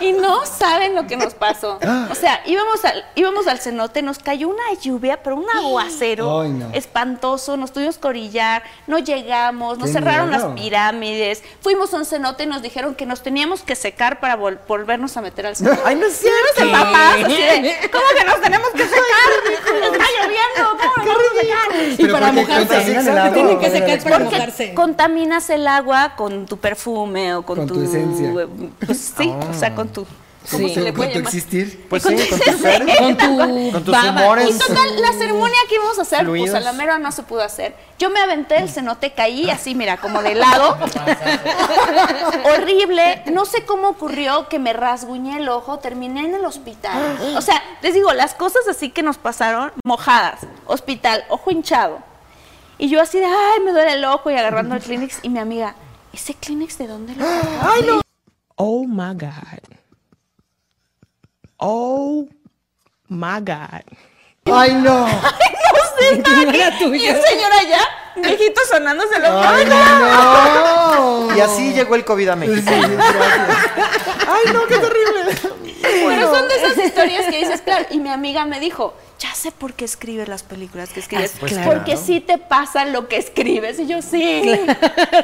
[SPEAKER 4] y no saben lo que nos pasó. O sea, íbamos al, íbamos al cenote, nos cayó una lluvia, pero un aguacero
[SPEAKER 1] Ay, no.
[SPEAKER 4] espantoso, nos tuvimos que orillar, no llegamos, nos
[SPEAKER 1] Qué
[SPEAKER 4] cerraron
[SPEAKER 1] miedo.
[SPEAKER 4] las pirámides, fuimos a un cenote y nos dijeron que nos teníamos que secar para vol- volvernos a meter al
[SPEAKER 6] (laughs)
[SPEAKER 4] cenote.
[SPEAKER 6] Ay, no es cierto.
[SPEAKER 4] Los papás, así de, ¿cómo que nos tenemos que secar? Está lloviendo, ¿cómo nos vamos a secar?
[SPEAKER 3] Y para
[SPEAKER 1] porque
[SPEAKER 3] mojarse.
[SPEAKER 1] contagian el agua.
[SPEAKER 3] Tienen que secar para
[SPEAKER 4] Porque
[SPEAKER 3] mojarse.
[SPEAKER 4] contaminas el agua con tu perfume o con,
[SPEAKER 1] Con tu esencia. Ah.
[SPEAKER 4] eh, Pues sí, o sea, con tu. ¿Cómo
[SPEAKER 3] Sí.
[SPEAKER 4] se le
[SPEAKER 1] Con
[SPEAKER 4] puede
[SPEAKER 1] tu
[SPEAKER 4] llamar?
[SPEAKER 1] existir.
[SPEAKER 6] Pues sí, con tus seres.
[SPEAKER 3] Con tu
[SPEAKER 6] Con tus
[SPEAKER 3] baba.
[SPEAKER 6] humores.
[SPEAKER 4] Y total, la ceremonia que íbamos a hacer,
[SPEAKER 6] Fluidos.
[SPEAKER 4] pues a la mera no se pudo hacer. Yo me aventé el cenote, caí así, mira, como de lado. (laughs) Horrible. No sé cómo ocurrió que me rasguñé el ojo, terminé en el hospital. O sea, les digo, las cosas así que nos pasaron, mojadas, hospital, ojo hinchado. Y yo así de, ay, me duele el ojo y agarrando el Kleenex. Y mi amiga, ¿ese Kleenex de dónde lo sacaste?"
[SPEAKER 8] Oh my God. Oh my God.
[SPEAKER 1] Ay, no.
[SPEAKER 4] No sé, estaba
[SPEAKER 3] era
[SPEAKER 4] aquí, Y
[SPEAKER 3] tuyo.
[SPEAKER 4] el señor allá, viejito sonándose el ojo.
[SPEAKER 1] Ay, no.
[SPEAKER 6] Y así llegó el COVID a México. Ay, no, qué terrible.
[SPEAKER 4] Pero son de esas historias que dices, claro. Y mi amiga me dijo, ya sé por qué escribes las películas que escribes.
[SPEAKER 6] pues
[SPEAKER 4] porque
[SPEAKER 6] claro.
[SPEAKER 4] sí te pasa lo que escribes. Y yo, sí.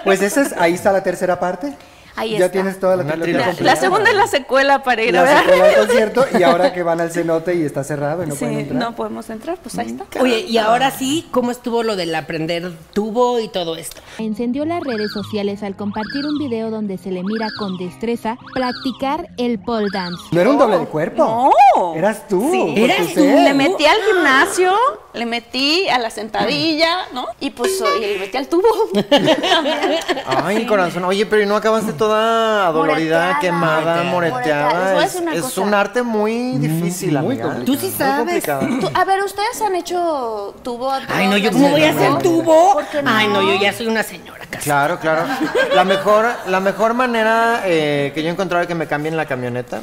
[SPEAKER 1] Pues esa es, ahí está la tercera parte.
[SPEAKER 4] Ahí
[SPEAKER 1] ya
[SPEAKER 4] está.
[SPEAKER 1] tienes toda la
[SPEAKER 6] Una
[SPEAKER 1] trilogía
[SPEAKER 6] trilogía.
[SPEAKER 4] La,
[SPEAKER 1] completa.
[SPEAKER 4] la segunda es la secuela para ir
[SPEAKER 1] La
[SPEAKER 4] a ver.
[SPEAKER 1] secuela del concierto y ahora que van al cenote y está cerrado y no
[SPEAKER 4] (laughs) Sí,
[SPEAKER 1] pueden entrar.
[SPEAKER 4] no podemos entrar, pues ahí está.
[SPEAKER 3] Oye, y ahora sí, ¿cómo estuvo lo del aprender tubo y todo esto?
[SPEAKER 9] Encendió las redes sociales al compartir un video donde se le mira con destreza practicar el pole dance.
[SPEAKER 1] No era un doble de cuerpo.
[SPEAKER 4] No.
[SPEAKER 1] Eras tú.
[SPEAKER 4] Sí.
[SPEAKER 1] por
[SPEAKER 3] Eras
[SPEAKER 1] tu
[SPEAKER 3] tú.
[SPEAKER 1] ser.
[SPEAKER 4] Me metí al gimnasio le metí a la sentadilla, ¿no? Y pues y le metí al tubo.
[SPEAKER 6] Ay, corazón. Oye, pero ¿y no acabaste toda adolorida,
[SPEAKER 4] Moreteada.
[SPEAKER 6] quemada,
[SPEAKER 4] Moreteada. Les
[SPEAKER 6] moreteada?
[SPEAKER 4] voy a
[SPEAKER 6] Es,
[SPEAKER 4] decir una
[SPEAKER 6] es
[SPEAKER 4] cosa.
[SPEAKER 6] un arte muy
[SPEAKER 1] Mm,
[SPEAKER 6] difícil, amiga.
[SPEAKER 3] Tú sí
[SPEAKER 6] Muy
[SPEAKER 3] sabes.
[SPEAKER 6] complicada.
[SPEAKER 4] Tú- a ver, ¿ustedes han hecho tubo?
[SPEAKER 3] Ay, no, yo
[SPEAKER 4] abdominal?
[SPEAKER 3] cómo voy a hacer tubo.
[SPEAKER 4] ¿Por qué no?
[SPEAKER 3] Ay, no, yo ya soy una señora casi.
[SPEAKER 6] Claro, claro. La mejor, la mejor manera eh, que yo he encontrado de que me cambien la camioneta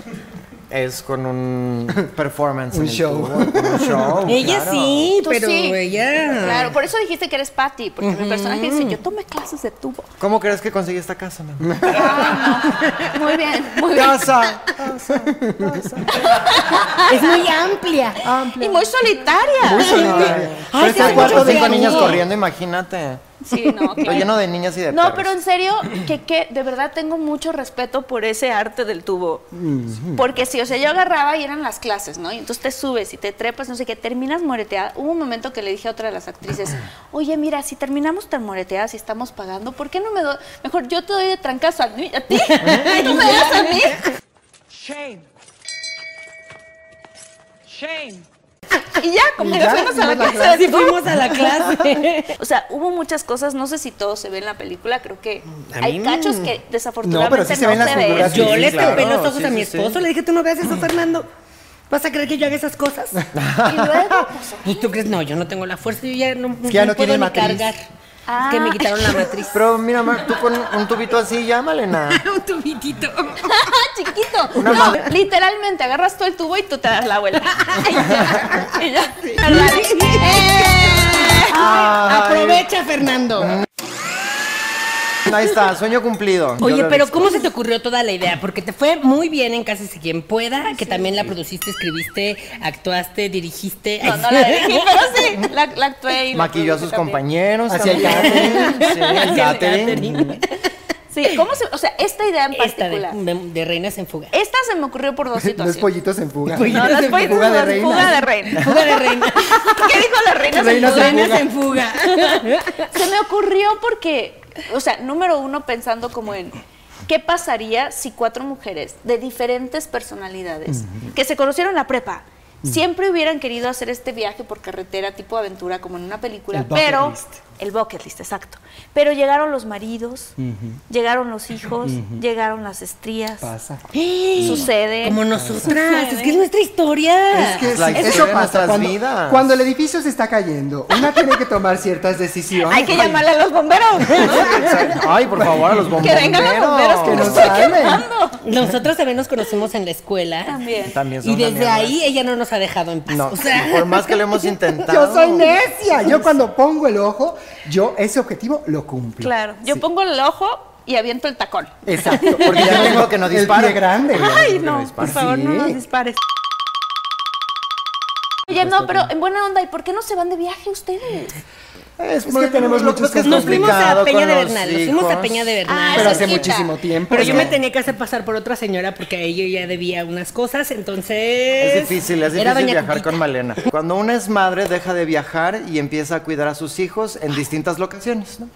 [SPEAKER 6] es con un performance.
[SPEAKER 1] Un
[SPEAKER 6] en el
[SPEAKER 1] show.
[SPEAKER 6] tubo, con un show.
[SPEAKER 3] (laughs) Ella
[SPEAKER 6] claro.
[SPEAKER 3] sí,
[SPEAKER 4] Tú
[SPEAKER 3] pero
[SPEAKER 4] Pues sí.
[SPEAKER 3] ella.
[SPEAKER 4] Claro, por eso dijiste que eres Patty, porque mi personaje dice, yo tomé clases de tubo.
[SPEAKER 6] ¿Cómo crees que conseguí esta casa, mamá?
[SPEAKER 1] (laughs)
[SPEAKER 4] Muy bien, muy bien.
[SPEAKER 6] ¡Casa!
[SPEAKER 3] Es muy amplia.
[SPEAKER 4] Y muy solitaria.
[SPEAKER 6] Muy solidaria.
[SPEAKER 3] Ay,
[SPEAKER 6] Pero
[SPEAKER 3] sí,
[SPEAKER 6] está
[SPEAKER 3] hay
[SPEAKER 6] cuatro o
[SPEAKER 3] muchos
[SPEAKER 6] cinco niñas
[SPEAKER 3] amigos.
[SPEAKER 6] corriendo, imagínate.
[SPEAKER 4] Sí, no,
[SPEAKER 6] Lo
[SPEAKER 4] claro.
[SPEAKER 6] lleno de niñas y de
[SPEAKER 4] No,
[SPEAKER 6] perros.
[SPEAKER 4] pero en serio, que, que de verdad tengo mucho respeto por ese arte del tubo. Porque sí, o sea, yo agarraba y eran las clases, ¿no? Y entonces te subes y te trepas, no sé qué, terminas moreteada. Hubo un momento que le dije a otra de las actrices, oye, mira, si terminamos tan moreteadas y estamos pagando, ¿por qué no me doy? Mejor yo te doy de trancazo a, mí- a ti. ¿Tú me das a mí?
[SPEAKER 8] Shame. Shame.
[SPEAKER 4] Y ya, como que nos fuimos a la casa de
[SPEAKER 3] Así fuimos a la clase.
[SPEAKER 4] O sea, hubo muchas cosas, no sé si todo se ve en la película, creo que
[SPEAKER 6] A
[SPEAKER 4] hay
[SPEAKER 6] mí-
[SPEAKER 4] cachos que desafortunadamente no,
[SPEAKER 6] No, pero sí se ven las
[SPEAKER 4] ven.
[SPEAKER 6] figuras
[SPEAKER 3] Yo
[SPEAKER 6] Sí,
[SPEAKER 3] le
[SPEAKER 6] claro,
[SPEAKER 3] tapé los ojos
[SPEAKER 6] sí,
[SPEAKER 3] a mi
[SPEAKER 6] sí, sí.
[SPEAKER 3] esposo, le dije, tú no veas eso, Fernando. ¿Vas a creer que yo haga esas
[SPEAKER 6] (laughs)
[SPEAKER 3] cosas?
[SPEAKER 4] Y luego, (laughs) pues,
[SPEAKER 3] ¿Y tú crees? No, yo no tengo la fuerza, yo ya no,
[SPEAKER 6] que ya no
[SPEAKER 3] puedo
[SPEAKER 6] tiene
[SPEAKER 3] ni
[SPEAKER 6] matriz.
[SPEAKER 3] cargar.
[SPEAKER 4] Ah.
[SPEAKER 3] Es que me quitaron la
[SPEAKER 6] (laughs)
[SPEAKER 3] matriz.
[SPEAKER 6] Pero mira, Mar, tú con un tubito así, ya, Malena.
[SPEAKER 3] (laughs) Un
[SPEAKER 4] (laughs)
[SPEAKER 3] tubitito.
[SPEAKER 4] chiquito.
[SPEAKER 6] (laughs) Una
[SPEAKER 4] no,
[SPEAKER 6] madre-
[SPEAKER 4] literalmente agarras todo el tubo y tú te das la
[SPEAKER 6] (laughs)
[SPEAKER 4] vuelta. (laughs) y ya. y ya. ¿Verdad? ¡Eh!
[SPEAKER 3] Aprovecha, Fernando.
[SPEAKER 6] Mm, Ahí está, sueño cumplido. Yo
[SPEAKER 3] Oye,
[SPEAKER 6] lo he
[SPEAKER 3] pero
[SPEAKER 6] visto.
[SPEAKER 3] ¿cómo se te ocurrió toda la idea? Porque te fue muy bien en Casi si quien pueda, que también la produciste, escribiste, actuaste, dirigiste.
[SPEAKER 4] No, no la
[SPEAKER 6] (laughs)
[SPEAKER 4] dirigí, pero sí, la, la actué. y la
[SPEAKER 6] Maquilló a
[SPEAKER 4] produje
[SPEAKER 6] sus
[SPEAKER 4] también.
[SPEAKER 6] compañeros.
[SPEAKER 1] Hacia
[SPEAKER 3] (laughs)
[SPEAKER 1] el
[SPEAKER 6] también. Sí, el
[SPEAKER 3] Hacia el
[SPEAKER 6] catering.
[SPEAKER 3] catering.
[SPEAKER 4] Sí, ¿cómo se...? O sea, esta idea en
[SPEAKER 3] Esta de,
[SPEAKER 4] particular. Esta,
[SPEAKER 3] de- de Reinas en Fuga.
[SPEAKER 4] se me ocurrió por
[SPEAKER 1] (laughs)
[SPEAKER 4] dos
[SPEAKER 1] Los
[SPEAKER 4] situaciones.
[SPEAKER 1] pollitos en fuga.
[SPEAKER 3] Pollitos
[SPEAKER 4] No,
[SPEAKER 3] en
[SPEAKER 4] las
[SPEAKER 3] fuga.
[SPEAKER 4] pollitas
[SPEAKER 1] Fuga de
[SPEAKER 4] no,
[SPEAKER 1] reinas.
[SPEAKER 4] fuga de reina.
[SPEAKER 3] Fuga de reina.
[SPEAKER 4] (laughs) ¿Qué dijo la reina?
[SPEAKER 1] Reinas en
[SPEAKER 4] Reina
[SPEAKER 3] Reinas en Fuga.
[SPEAKER 4] (laughs) Se me ocurrió porque, o sea, número uno pensando como en qué pasaría si cuatro mujeres de diferentes personalidades que se conocieron en la prepa siempre hubieran querido hacer este viaje por carretera tipo aventura como en una película,
[SPEAKER 1] El bucket
[SPEAKER 4] pero
[SPEAKER 1] list.
[SPEAKER 4] el bucket list, exacto. Pero llegaron los maridos, llegaron los hijos, llegaron las estrías,
[SPEAKER 1] Pasa.
[SPEAKER 4] sucede.
[SPEAKER 3] Como nosotras, es que es nuestra historia.
[SPEAKER 1] Es que
[SPEAKER 6] Es la
[SPEAKER 1] sí,
[SPEAKER 6] historia
[SPEAKER 1] eso
[SPEAKER 6] de
[SPEAKER 1] pasa
[SPEAKER 6] nuestras
[SPEAKER 1] cuando,
[SPEAKER 6] vidas.
[SPEAKER 1] cuando el edificio se está cayendo. Una tiene que tomar ciertas decisiones.
[SPEAKER 4] Hay que llamarle a los bomberos.
[SPEAKER 6] Ay, por favor, a los bomberos.
[SPEAKER 4] que vengan los bomberos que
[SPEAKER 1] que nos
[SPEAKER 4] nos estoy
[SPEAKER 1] salven.
[SPEAKER 4] quemando.
[SPEAKER 3] Nosotros también nos conocimos en la escuela.
[SPEAKER 4] También.
[SPEAKER 6] También son
[SPEAKER 3] Y
[SPEAKER 6] una
[SPEAKER 3] desde
[SPEAKER 6] mierda.
[SPEAKER 3] ahí ella no nos ha dejado en paz.
[SPEAKER 6] No,
[SPEAKER 3] o sea,
[SPEAKER 6] por más que lo hemos intentado.
[SPEAKER 1] Yo soy necia. Yo cuando pongo el ojo, yo ese objetivo lo cumplo.
[SPEAKER 4] Claro, yo
[SPEAKER 1] Sí.
[SPEAKER 4] pongo el ojo y aviento el tacón.
[SPEAKER 1] Exacto.
[SPEAKER 6] Porque ya tengo que no dispare.
[SPEAKER 1] El pie grande.
[SPEAKER 4] Ay, no, por favor, no nos
[SPEAKER 1] Sí.
[SPEAKER 4] dispares. Oye, no, pero en buena onda, ¿y por qué no se van de viaje ustedes?
[SPEAKER 1] Es porque tenemos
[SPEAKER 6] lo-
[SPEAKER 1] muchos
[SPEAKER 6] lo que es
[SPEAKER 3] nos fuimos a
[SPEAKER 6] complicado
[SPEAKER 3] Peña
[SPEAKER 6] con
[SPEAKER 3] de
[SPEAKER 6] los
[SPEAKER 3] Bernal. Nos fuimos a
[SPEAKER 6] hijos.
[SPEAKER 3] Peña de Bernal.
[SPEAKER 4] Ah,
[SPEAKER 1] Pero hace
[SPEAKER 4] cerquita.
[SPEAKER 1] muchísimo tiempo.
[SPEAKER 3] Pero yo me
[SPEAKER 1] ¿no?
[SPEAKER 3] tenía que hacer pasar por otra señora porque a ella ya debía unas cosas, entonces.
[SPEAKER 6] Es difícil, es
[SPEAKER 3] Era
[SPEAKER 6] difícil
[SPEAKER 3] doña
[SPEAKER 6] viajar
[SPEAKER 3] Cuquita.
[SPEAKER 6] con Malena. Cuando una es madre, deja de viajar y empieza a cuidar a sus hijos en distintas locaciones, ¿no?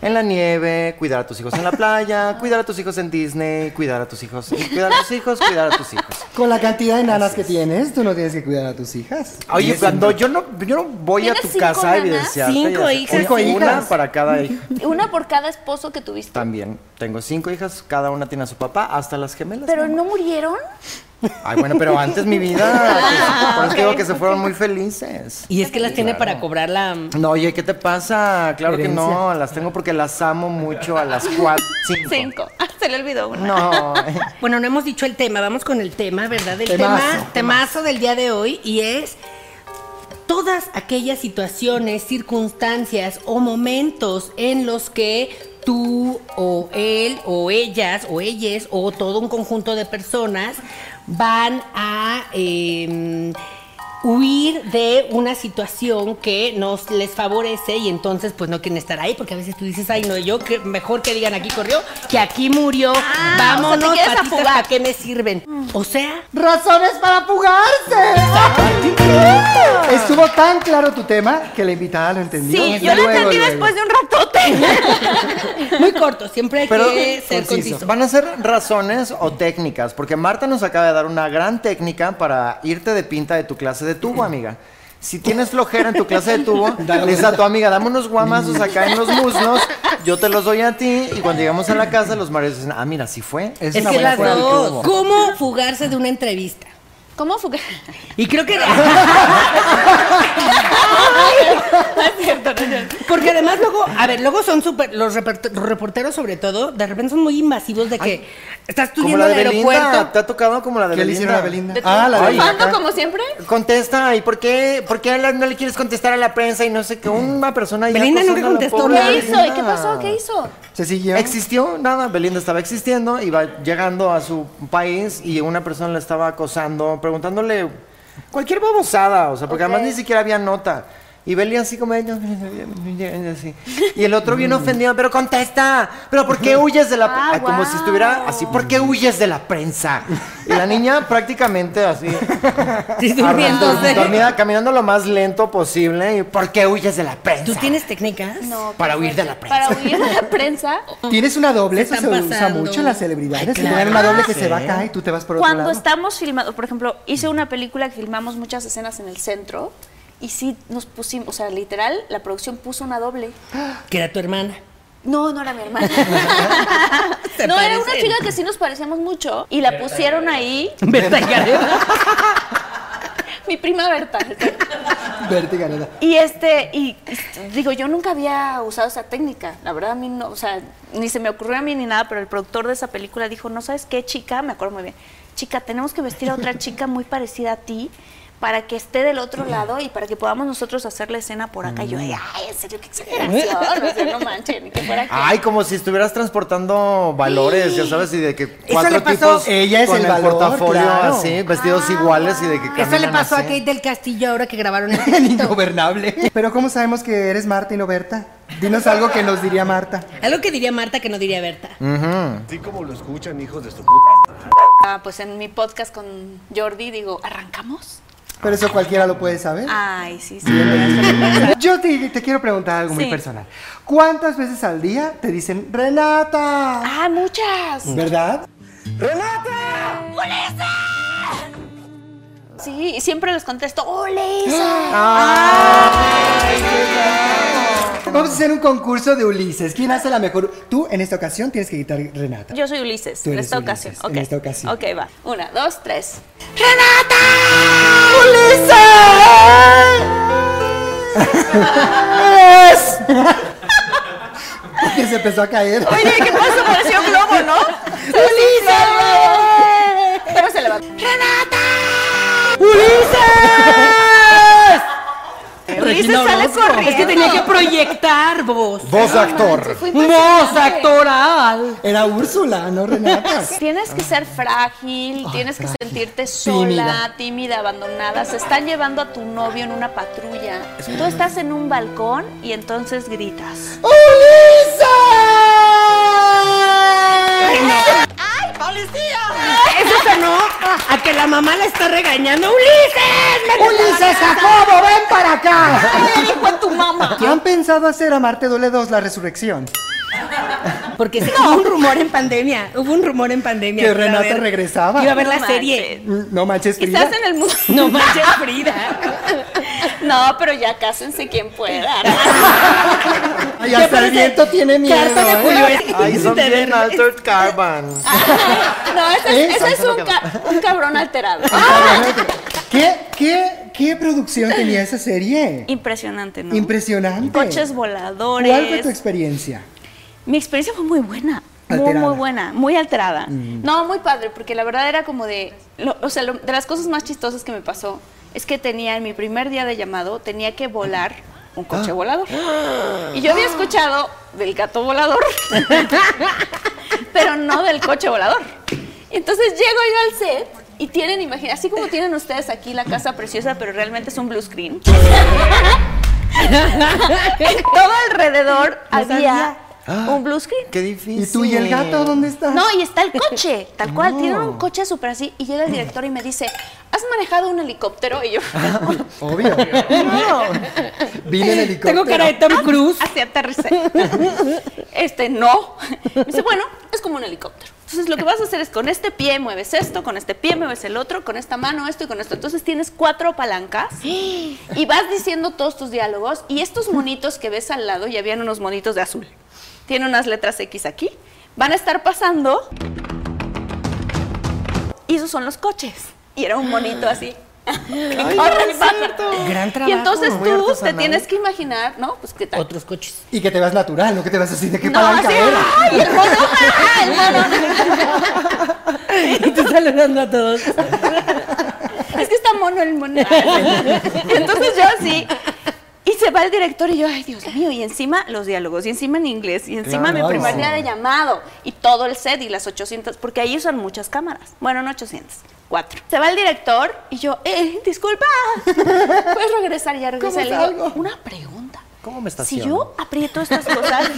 [SPEAKER 6] En la nieve, cuidar a tus hijos en la playa, cuidar a tus hijos en Disney, cuidar a tus hijos, cuidar a tus hijos, cuidar a tus hijos.
[SPEAKER 1] Con la cantidad de nanas que tienes, tú no tienes que cuidar a tus hijas.
[SPEAKER 6] Oye, cuando yo no, yo no voy a
[SPEAKER 4] ¿Tienes
[SPEAKER 6] tu
[SPEAKER 4] cinco
[SPEAKER 6] casa a
[SPEAKER 4] nanas?
[SPEAKER 6] evidenciarte.
[SPEAKER 3] Cinco
[SPEAKER 6] ya
[SPEAKER 3] hijas,
[SPEAKER 6] sé. Una-
[SPEAKER 1] sí.
[SPEAKER 6] Una para cada hija.
[SPEAKER 4] Una por cada esposo que tuviste.
[SPEAKER 6] También. Tengo cinco hijas, cada una tiene a su papá, hasta las gemelas.
[SPEAKER 4] ¿Pero no murieron?
[SPEAKER 6] Ay, bueno, pero antes
[SPEAKER 3] (laughs)
[SPEAKER 6] mi vida. pues, por eso te digo que se fueron muy felices.
[SPEAKER 3] Y es que las tiene para cobrar la.
[SPEAKER 6] No, oye, ¿qué te pasa? Claro que no, las tengo porque las amo mucho a las cuatro.
[SPEAKER 3] (laughs)
[SPEAKER 6] Cinco.
[SPEAKER 4] Cinco. Ah, (laughs) se le olvidó una.
[SPEAKER 6] No. eh,
[SPEAKER 3] Bueno, no hemos dicho el tema, vamos con el tema, ¿verdad? El
[SPEAKER 1] Temazo,
[SPEAKER 3] tema, temazo del día de hoy y es todas aquellas situaciones, circunstancias o momentos en los que tú o él o ellas o ellas o todo un conjunto de personas van a eh, huir de una situación que no les favorece y entonces pues no quieren estar ahí porque a veces tú dices, ay no, yo que mejor que digan aquí corrió que aquí murió,
[SPEAKER 4] Ah, o sea, te
[SPEAKER 3] vámonos,
[SPEAKER 4] quieres Mm.
[SPEAKER 3] patitas,
[SPEAKER 4] afugar.
[SPEAKER 3] ¿para qué me sirven? O sea,
[SPEAKER 1] ¡Razones para fugarse! Estuvo tan claro tu tema que la invitada lo entendió.
[SPEAKER 4] Sí, yo lo
[SPEAKER 1] Luego,
[SPEAKER 4] entendí
[SPEAKER 1] luego.
[SPEAKER 4] después de un ratote.
[SPEAKER 3] (laughs) muy corto, siempre hay
[SPEAKER 6] Pero
[SPEAKER 3] que ser conciso.
[SPEAKER 6] van a ser razones o técnicas, porque Marta nos acaba de dar una gran técnica para irte de pinta de tu clase de tubo, amiga. Si tienes flojera en tu clase de
[SPEAKER 3] (laughs)
[SPEAKER 6] tubo, le dices a tu amiga, dame unos guamazos acá en los muslos, yo te los doy a ti, y cuando llegamos a la casa, los maridos dicen, ah, mira, sí fue.
[SPEAKER 3] Es, que las dos. ¿Cómo fugarse de una entrevista?
[SPEAKER 4] ¿Cómo (laughs) fue?
[SPEAKER 3] Y creo (laughs) que.
[SPEAKER 4] No es cierto, no es cierto.
[SPEAKER 3] Porque además luego, a ver, luego son súper, los, reper- los reporteros sobre todo, de repente son muy invasivos de que estás tú
[SPEAKER 6] Como
[SPEAKER 3] yendo
[SPEAKER 6] la
[SPEAKER 3] al
[SPEAKER 6] de Belinda,
[SPEAKER 3] aeropuerto.
[SPEAKER 6] ¿te ha tocado como la de
[SPEAKER 1] ¿Qué le hicieron
[SPEAKER 6] Belinda?
[SPEAKER 1] a Belinda?
[SPEAKER 4] ¿De
[SPEAKER 1] Ah, la de
[SPEAKER 6] Ay,
[SPEAKER 4] ¿Triunfando
[SPEAKER 6] acá.
[SPEAKER 4] como siempre?
[SPEAKER 6] Contesta, ¿y por qué, por qué a la- no le quieres contestar a la prensa y no sé qué? Una persona ya
[SPEAKER 3] Belinda nunca
[SPEAKER 6] acosando a la
[SPEAKER 3] contestó
[SPEAKER 6] pobre
[SPEAKER 3] nada.
[SPEAKER 4] ¿Qué hizo? ¿Y
[SPEAKER 6] Belinda.
[SPEAKER 4] qué pasó? ¿Qué hizo?
[SPEAKER 1] Se siguió.
[SPEAKER 6] Existió, nada, Belinda estaba existiendo, iba llegando a su país y una persona la estaba acosando, preguntándole cualquier babosada, o sea, porque además ni siquiera había nota. Y Belinda así como, "No, así. y el otro bien ofendido, pero contesta, pero ¿por qué huyes de la
[SPEAKER 4] Ah,
[SPEAKER 6] prensa? Como si
[SPEAKER 4] guau.
[SPEAKER 6] estuviera así, ¿por qué huyes de la prensa? Y la niña prácticamente así,
[SPEAKER 3] Sí, durmiéndose.
[SPEAKER 6] dormida, caminando lo más lento posible, y ¿por qué huyes de la prensa?
[SPEAKER 3] ¿Tú tienes técnicas?
[SPEAKER 4] No, qué
[SPEAKER 6] Para huir de
[SPEAKER 4] fuerte.
[SPEAKER 6] la prensa.
[SPEAKER 4] Para huir de la prensa.
[SPEAKER 1] Tienes una doble, eso
[SPEAKER 3] Se
[SPEAKER 1] se
[SPEAKER 3] están
[SPEAKER 1] usa
[SPEAKER 3] pasando.
[SPEAKER 1] mucho en las celebridades.
[SPEAKER 3] Ay,
[SPEAKER 1] que
[SPEAKER 3] claro.
[SPEAKER 1] tienen una doble que
[SPEAKER 6] Sí.
[SPEAKER 1] se va acá y tú te vas por otro
[SPEAKER 4] Cuando
[SPEAKER 1] lado.
[SPEAKER 4] estamos filmando, por ejemplo, hice una película que filmamos muchas escenas en el centro y sí nos pusimos, o sea, literal, la producción puso una doble.
[SPEAKER 3] Que era tu hermana. (laughs)
[SPEAKER 4] No, no era mi hermana.
[SPEAKER 3] Se
[SPEAKER 4] no, era una
[SPEAKER 3] parecen.
[SPEAKER 4] chica que sí nos parecíamos mucho y la
[SPEAKER 3] (laughs)
[SPEAKER 4] pusieron ahí.
[SPEAKER 6] (laughs)
[SPEAKER 3] Berta y Gareda.
[SPEAKER 4] Mi prima Berta.
[SPEAKER 1] Berta y Gareda.
[SPEAKER 4] Y este, y y digo, yo nunca había usado esa técnica. La verdad, a mí no, o sea, ni se me ocurrió a mí ni nada, pero el productor de esa película dijo, no sabes qué, chica, me acuerdo muy bien, chica, tenemos que vestir a otra chica muy parecida a ti para que esté del otro lado y para que podamos nosotros hacer la escena por acá. Y yo, ay, en serio, qué exageración, o sea, no manchen, ni que fuera aquí.
[SPEAKER 6] Ay, como si estuvieras transportando valores, ya sabes, y de que cuatro
[SPEAKER 3] le pasó-
[SPEAKER 6] tipos
[SPEAKER 1] Ella es
[SPEAKER 6] con
[SPEAKER 1] el
[SPEAKER 6] el,
[SPEAKER 1] valor,
[SPEAKER 6] portafolio
[SPEAKER 1] claro.
[SPEAKER 6] así, vestidos iguales y de que
[SPEAKER 3] Eso le
[SPEAKER 6] caminan
[SPEAKER 3] pasó a
[SPEAKER 6] así.
[SPEAKER 3] Kate del Castillo ahora que
[SPEAKER 6] (laughs)
[SPEAKER 3] grabaron el
[SPEAKER 1] El
[SPEAKER 3] TikTok.
[SPEAKER 1] ingobernable. (laughs) Pero ¿cómo sabemos que eres Marta y no Berta? Dinos algo que nos diría Marta.
[SPEAKER 3] Algo que diría Marta que no diría Berta.
[SPEAKER 6] Mm.
[SPEAKER 10] Así como lo escuchan, hijos de su puta.
[SPEAKER 4] Ah, pues en mi podcast con Jordi digo, ¿arrancamos?
[SPEAKER 1] Pero eso cualquiera lo puede saber.
[SPEAKER 4] Ay, sí, sí. gracias.
[SPEAKER 1] Yo te, te quiero preguntar algo muy
[SPEAKER 4] Sí.
[SPEAKER 1] personal. ¿Cuántas veces al día te dicen Renata?
[SPEAKER 4] Ah, muchas.
[SPEAKER 1] ¿Verdad?
[SPEAKER 4] Sí, y siempre les contesto, ¡Ole, Isa!
[SPEAKER 1] Vamos a hacer un concurso de Ulises. ¿Quién hace la mejor? Tú en esta ocasión tienes que gritar Renata.
[SPEAKER 4] Yo soy Ulises,
[SPEAKER 1] Tú
[SPEAKER 4] en
[SPEAKER 1] eres
[SPEAKER 4] esta
[SPEAKER 1] Ulises,
[SPEAKER 4] ocasión.
[SPEAKER 1] en
[SPEAKER 4] Ok.
[SPEAKER 1] esta ocasión.
[SPEAKER 4] Ok, va. Una, dos, tres.
[SPEAKER 1] (laughs) Porque se empezó a caer.
[SPEAKER 4] Oye, ¿qué pasó? Pareció un globo, ¿no? ¡Ulises! Pero se levantó. Ulises
[SPEAKER 3] Regina
[SPEAKER 4] sale
[SPEAKER 3] Orozco.
[SPEAKER 4] corriendo.
[SPEAKER 3] Es que tenía que proyectar voz.
[SPEAKER 6] Voz de actor.
[SPEAKER 3] Voz actoral.
[SPEAKER 1] Pues Era Úrsula, no Renata.
[SPEAKER 4] (laughs) Tienes que ser Ah, frágil, tienes que sentirte sola, tímida. abandonada. Se están llevando a tu novio en una patrulla. Tú estás en un balcón y entonces gritas. ¡Ah,
[SPEAKER 3] Eso sonó a que la mamá la está regañando. ¡Ulises!
[SPEAKER 1] ¡Ulises Jacobo, ven para acá!
[SPEAKER 4] ¡Ay, le dijo a tu (laughs) mamá!
[SPEAKER 1] ¿Qué han pensado hacer a Marte Duele 2 la resurrección?
[SPEAKER 3] Porque sí, hubo un rumor en pandemia. Hubo un rumor en pandemia.
[SPEAKER 1] Que
[SPEAKER 3] iba a
[SPEAKER 1] Renata
[SPEAKER 3] haber-
[SPEAKER 1] regresaba.
[SPEAKER 3] Iba a ver la
[SPEAKER 4] No
[SPEAKER 3] serie.
[SPEAKER 1] Mm, No manches, Frida.
[SPEAKER 4] Quizás en el mundo. (laughs)
[SPEAKER 3] No manches, Frida.
[SPEAKER 4] No, pero ya cásense quien (laughs) pueda.
[SPEAKER 1] Ay, hasta el viento tiene miedo.
[SPEAKER 3] Carta de
[SPEAKER 1] ¿eh? (laughs)
[SPEAKER 3] Julio. Eres-
[SPEAKER 6] Ay, son
[SPEAKER 3] de
[SPEAKER 6] bien
[SPEAKER 3] ver-
[SPEAKER 6] altered carbon.
[SPEAKER 4] No, ese,
[SPEAKER 1] ¿Eh?
[SPEAKER 4] es- ese es un, ca- un cabrón alterado.
[SPEAKER 1] ¿Qué, qué, ¿Qué producción tenía esa serie?
[SPEAKER 4] Impresionante, ¿no?
[SPEAKER 1] Impresionante.
[SPEAKER 4] Coches voladores.
[SPEAKER 1] ¿Cuál fue tu experiencia?
[SPEAKER 4] Mi experiencia fue muy buena. Muy,
[SPEAKER 1] Alterada.
[SPEAKER 4] muy buena, muy alterada. No, muy padre, porque la verdad era como de, lo- o sea, lo- de las cosas más chistosas que me pasó es que tenía en mi primer día de llamado, tenía que volar un coche volador. Y yo había escuchado del gato volador, (laughs) pero no del coche volador. Y entonces llego yo al set y tienen, imagina, así como tienen ustedes aquí la casa preciosa, pero realmente es un blue screen. (laughs) en todo alrededor había un blue screen.
[SPEAKER 6] Qué difícil.
[SPEAKER 1] ¿Y tú y el gato dónde están?
[SPEAKER 4] No, y está el coche, tal cual. Tienen un coche súper así. Y llega el director y me dice, ¿has manejado un helicóptero? Y yo, (laughs)
[SPEAKER 1] Obvio. Vine en helicóptero.
[SPEAKER 3] Tengo cara de Tom Cruise.
[SPEAKER 4] así aterricé. Este, no. Me dice, bueno, es como un helicóptero. Entonces lo que vas a hacer es con este pie mueves esto, con este pie mueves el otro, con esta mano esto y con esto. Entonces tienes cuatro palancas y vas diciendo todos tus diálogos y estos monitos que ves al lado, ya habían unos monitos de azul, tiene unas letras X aquí, van a estar pasando y esos son los coches. Y era un monito así. que
[SPEAKER 3] Ay,
[SPEAKER 4] corre
[SPEAKER 3] no
[SPEAKER 4] y
[SPEAKER 3] es
[SPEAKER 4] baja.
[SPEAKER 3] cierto. Gran
[SPEAKER 4] Y
[SPEAKER 3] trabajo.
[SPEAKER 4] entonces
[SPEAKER 1] Muy
[SPEAKER 4] tú te
[SPEAKER 1] artesanal.
[SPEAKER 4] tienes que imaginar, ¿no? Pues qué tal.
[SPEAKER 1] Otros
[SPEAKER 3] (laughs)
[SPEAKER 1] coches. Y que te vas natural, no que te vas así de qué
[SPEAKER 4] No,
[SPEAKER 1] palanca
[SPEAKER 4] así,
[SPEAKER 1] era.
[SPEAKER 4] ¡ay, el mono! ¡ay, el mono!
[SPEAKER 3] Y tú saludando a todos.
[SPEAKER 4] Es que está mono el mono. Entonces yo así. Y se va el director y yo, ay Dios mío, y encima los diálogos, y encima en inglés, y encima
[SPEAKER 1] Claro,
[SPEAKER 4] mi primer
[SPEAKER 1] sí.
[SPEAKER 4] día de llamado, y todo el set y las 800, porque ahí usan muchas cámaras. Bueno, no 800, cuatro. Se va el director y yo, eh, disculpa, puedes regresar ya regresé. Le digo, Una pregunta.
[SPEAKER 6] ¿Cómo me
[SPEAKER 4] Si
[SPEAKER 6] estaciono?
[SPEAKER 4] yo aprieto estas cosas,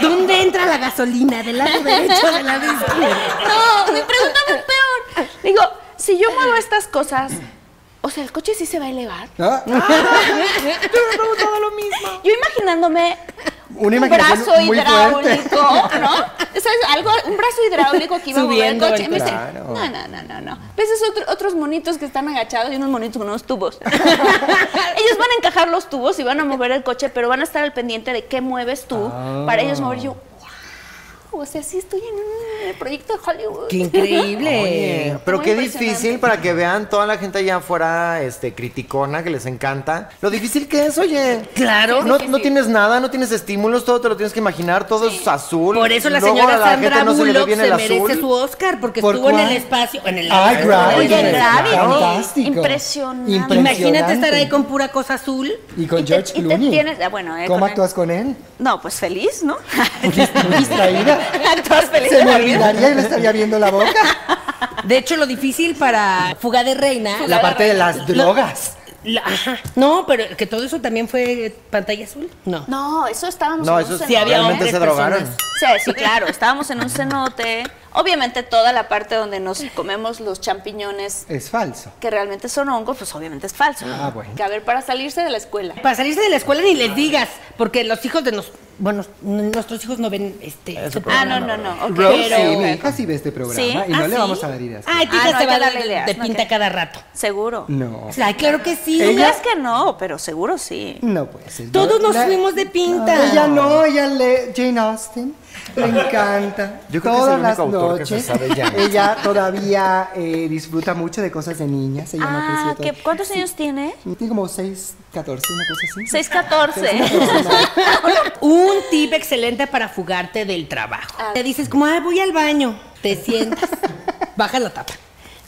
[SPEAKER 3] ¿Dónde entra la gasolina? ¿Del lado derecho o del lado izquierdo?
[SPEAKER 4] No, mi pregunta fue peor. Digo, si yo muevo estas cosas, o sea, el coche sí se va a elevar.
[SPEAKER 1] ¿Ah?
[SPEAKER 4] Yo imaginándome
[SPEAKER 1] Una
[SPEAKER 4] un
[SPEAKER 1] imaginación
[SPEAKER 4] brazo
[SPEAKER 1] muy
[SPEAKER 4] hidráulico,
[SPEAKER 1] fuerte.
[SPEAKER 4] ¿no? Eso es algo, un brazo hidráulico que iba a mover el
[SPEAKER 3] Subiendo
[SPEAKER 4] coche. Y
[SPEAKER 3] el
[SPEAKER 4] me dice,
[SPEAKER 1] coche.
[SPEAKER 4] no, no, no, no, no. Ves esos otro- otros monitos que están agachados y unos monitos con unos tubos. ellos van a encajar los tubos y van a mover el coche, pero van a estar al pendiente de qué mueves tú para ellos mover. Y Yo, wow, o sea, sí estoy en un eh, proyecto de Hollywood.
[SPEAKER 3] ¡Qué increíble!
[SPEAKER 6] Oye, pero
[SPEAKER 4] Muy
[SPEAKER 6] qué
[SPEAKER 4] impresionante.
[SPEAKER 6] difícil para que vean toda la gente allá afuera, este, criticona, que les encanta. Lo difícil que es, oye.
[SPEAKER 3] Claro.
[SPEAKER 6] No, no tienes nada, no tienes estímulos, todo te lo tienes que imaginar, todo es azul.
[SPEAKER 3] Por eso la
[SPEAKER 6] Luego
[SPEAKER 3] señora
[SPEAKER 6] a la gente
[SPEAKER 3] Sandra
[SPEAKER 6] no se le ve
[SPEAKER 3] Bullock se,
[SPEAKER 6] bien el
[SPEAKER 3] merece
[SPEAKER 6] azul.
[SPEAKER 3] su Oscar porque
[SPEAKER 1] ¿Por
[SPEAKER 3] estuvo en
[SPEAKER 1] cuál?
[SPEAKER 3] el espacio. En el
[SPEAKER 1] Ay,
[SPEAKER 3] en el-
[SPEAKER 1] Gravity.
[SPEAKER 4] Oye, el Gravity.
[SPEAKER 1] Fantástico.
[SPEAKER 4] Impresionante.
[SPEAKER 3] Imagínate estar ahí
[SPEAKER 1] Impresionante.
[SPEAKER 3] con pura cosa azul.
[SPEAKER 1] Y con
[SPEAKER 4] Y te-
[SPEAKER 1] George
[SPEAKER 4] y te
[SPEAKER 1] Clooney.
[SPEAKER 4] tienes- ah, bueno, eh,
[SPEAKER 1] ¿Cómo
[SPEAKER 4] con él.
[SPEAKER 1] actúas con él? (laughs)
[SPEAKER 4] No, pues feliz, ¿no?
[SPEAKER 1] Muy
[SPEAKER 4] (laughs)
[SPEAKER 1] distraída.
[SPEAKER 4] Actúas feliz.
[SPEAKER 1] Se
[SPEAKER 4] de
[SPEAKER 1] me
[SPEAKER 4] la vida.
[SPEAKER 1] olvidaría y le estaría viendo la boca.
[SPEAKER 3] De hecho, lo difícil para Fuga de Reina.
[SPEAKER 1] La parte de las drogas.
[SPEAKER 3] la- ajá. No, pero que todo eso también fue pantalla azul. No.
[SPEAKER 4] No, eso estábamos
[SPEAKER 6] No,
[SPEAKER 4] en
[SPEAKER 6] eso
[SPEAKER 4] un
[SPEAKER 6] es-
[SPEAKER 3] Sí, había
[SPEAKER 6] realmente
[SPEAKER 3] hombres,
[SPEAKER 6] se drogaron.
[SPEAKER 3] personas.
[SPEAKER 4] Sí, sí, claro, estábamos en un cenote. Obviamente toda la parte donde nos comemos los champiñones
[SPEAKER 1] Es falso.
[SPEAKER 4] que realmente son hongos, pues obviamente es falso.
[SPEAKER 1] Ah, bueno.
[SPEAKER 4] Que a ver, para salirse de la escuela.
[SPEAKER 3] Para salirse de la escuela ni les digas, porque los hijos de nos, bueno, n- nuestros hijos no ven este. este
[SPEAKER 4] Ah, no,
[SPEAKER 3] programa.
[SPEAKER 4] no, no. ok,
[SPEAKER 1] Rose,
[SPEAKER 4] pero-
[SPEAKER 1] sí, mi hija sí ve este programa
[SPEAKER 4] ¿Sí?
[SPEAKER 1] y no
[SPEAKER 4] ¿Ah,
[SPEAKER 1] le
[SPEAKER 4] sí?
[SPEAKER 1] vamos a dar ideas.
[SPEAKER 3] Ay, tu hija
[SPEAKER 4] Ah, no,
[SPEAKER 3] se
[SPEAKER 4] hay
[SPEAKER 3] va
[SPEAKER 4] que
[SPEAKER 3] de,
[SPEAKER 4] darle ideas,
[SPEAKER 3] de
[SPEAKER 4] ¿no?
[SPEAKER 3] pinta
[SPEAKER 4] Ok.
[SPEAKER 3] cada rato.
[SPEAKER 4] Seguro.
[SPEAKER 1] No.
[SPEAKER 3] Ay, claro que sí.
[SPEAKER 4] ¿Tú
[SPEAKER 1] Ella-
[SPEAKER 4] crees que no? Pero seguro sí.
[SPEAKER 1] No puede ser.
[SPEAKER 3] Todos nos
[SPEAKER 1] La-
[SPEAKER 3] fuimos de pinta.
[SPEAKER 1] No, ella no, ella lee Jane Austen.
[SPEAKER 4] Ah.
[SPEAKER 1] Le encanta.
[SPEAKER 6] Yo creo que es el
[SPEAKER 1] Todas
[SPEAKER 6] único
[SPEAKER 1] las
[SPEAKER 6] autor que
[SPEAKER 1] noches.
[SPEAKER 6] se sabe ya.
[SPEAKER 1] Ella todavía eh, disfruta mucho de cosas de niñas. Ella no
[SPEAKER 4] Ah,
[SPEAKER 1] creció
[SPEAKER 4] ¿qué-
[SPEAKER 1] todavía.
[SPEAKER 4] ¿cuántos años tiene?
[SPEAKER 1] Tiene como 6, 14, una cosa así.
[SPEAKER 4] 6'14".
[SPEAKER 3] Un tip excelente para fugarte del trabajo.
[SPEAKER 4] Ah.
[SPEAKER 3] Te dices como, ay, voy al baño. Te sientas,
[SPEAKER 1] (laughs)
[SPEAKER 3] bajas la tapa.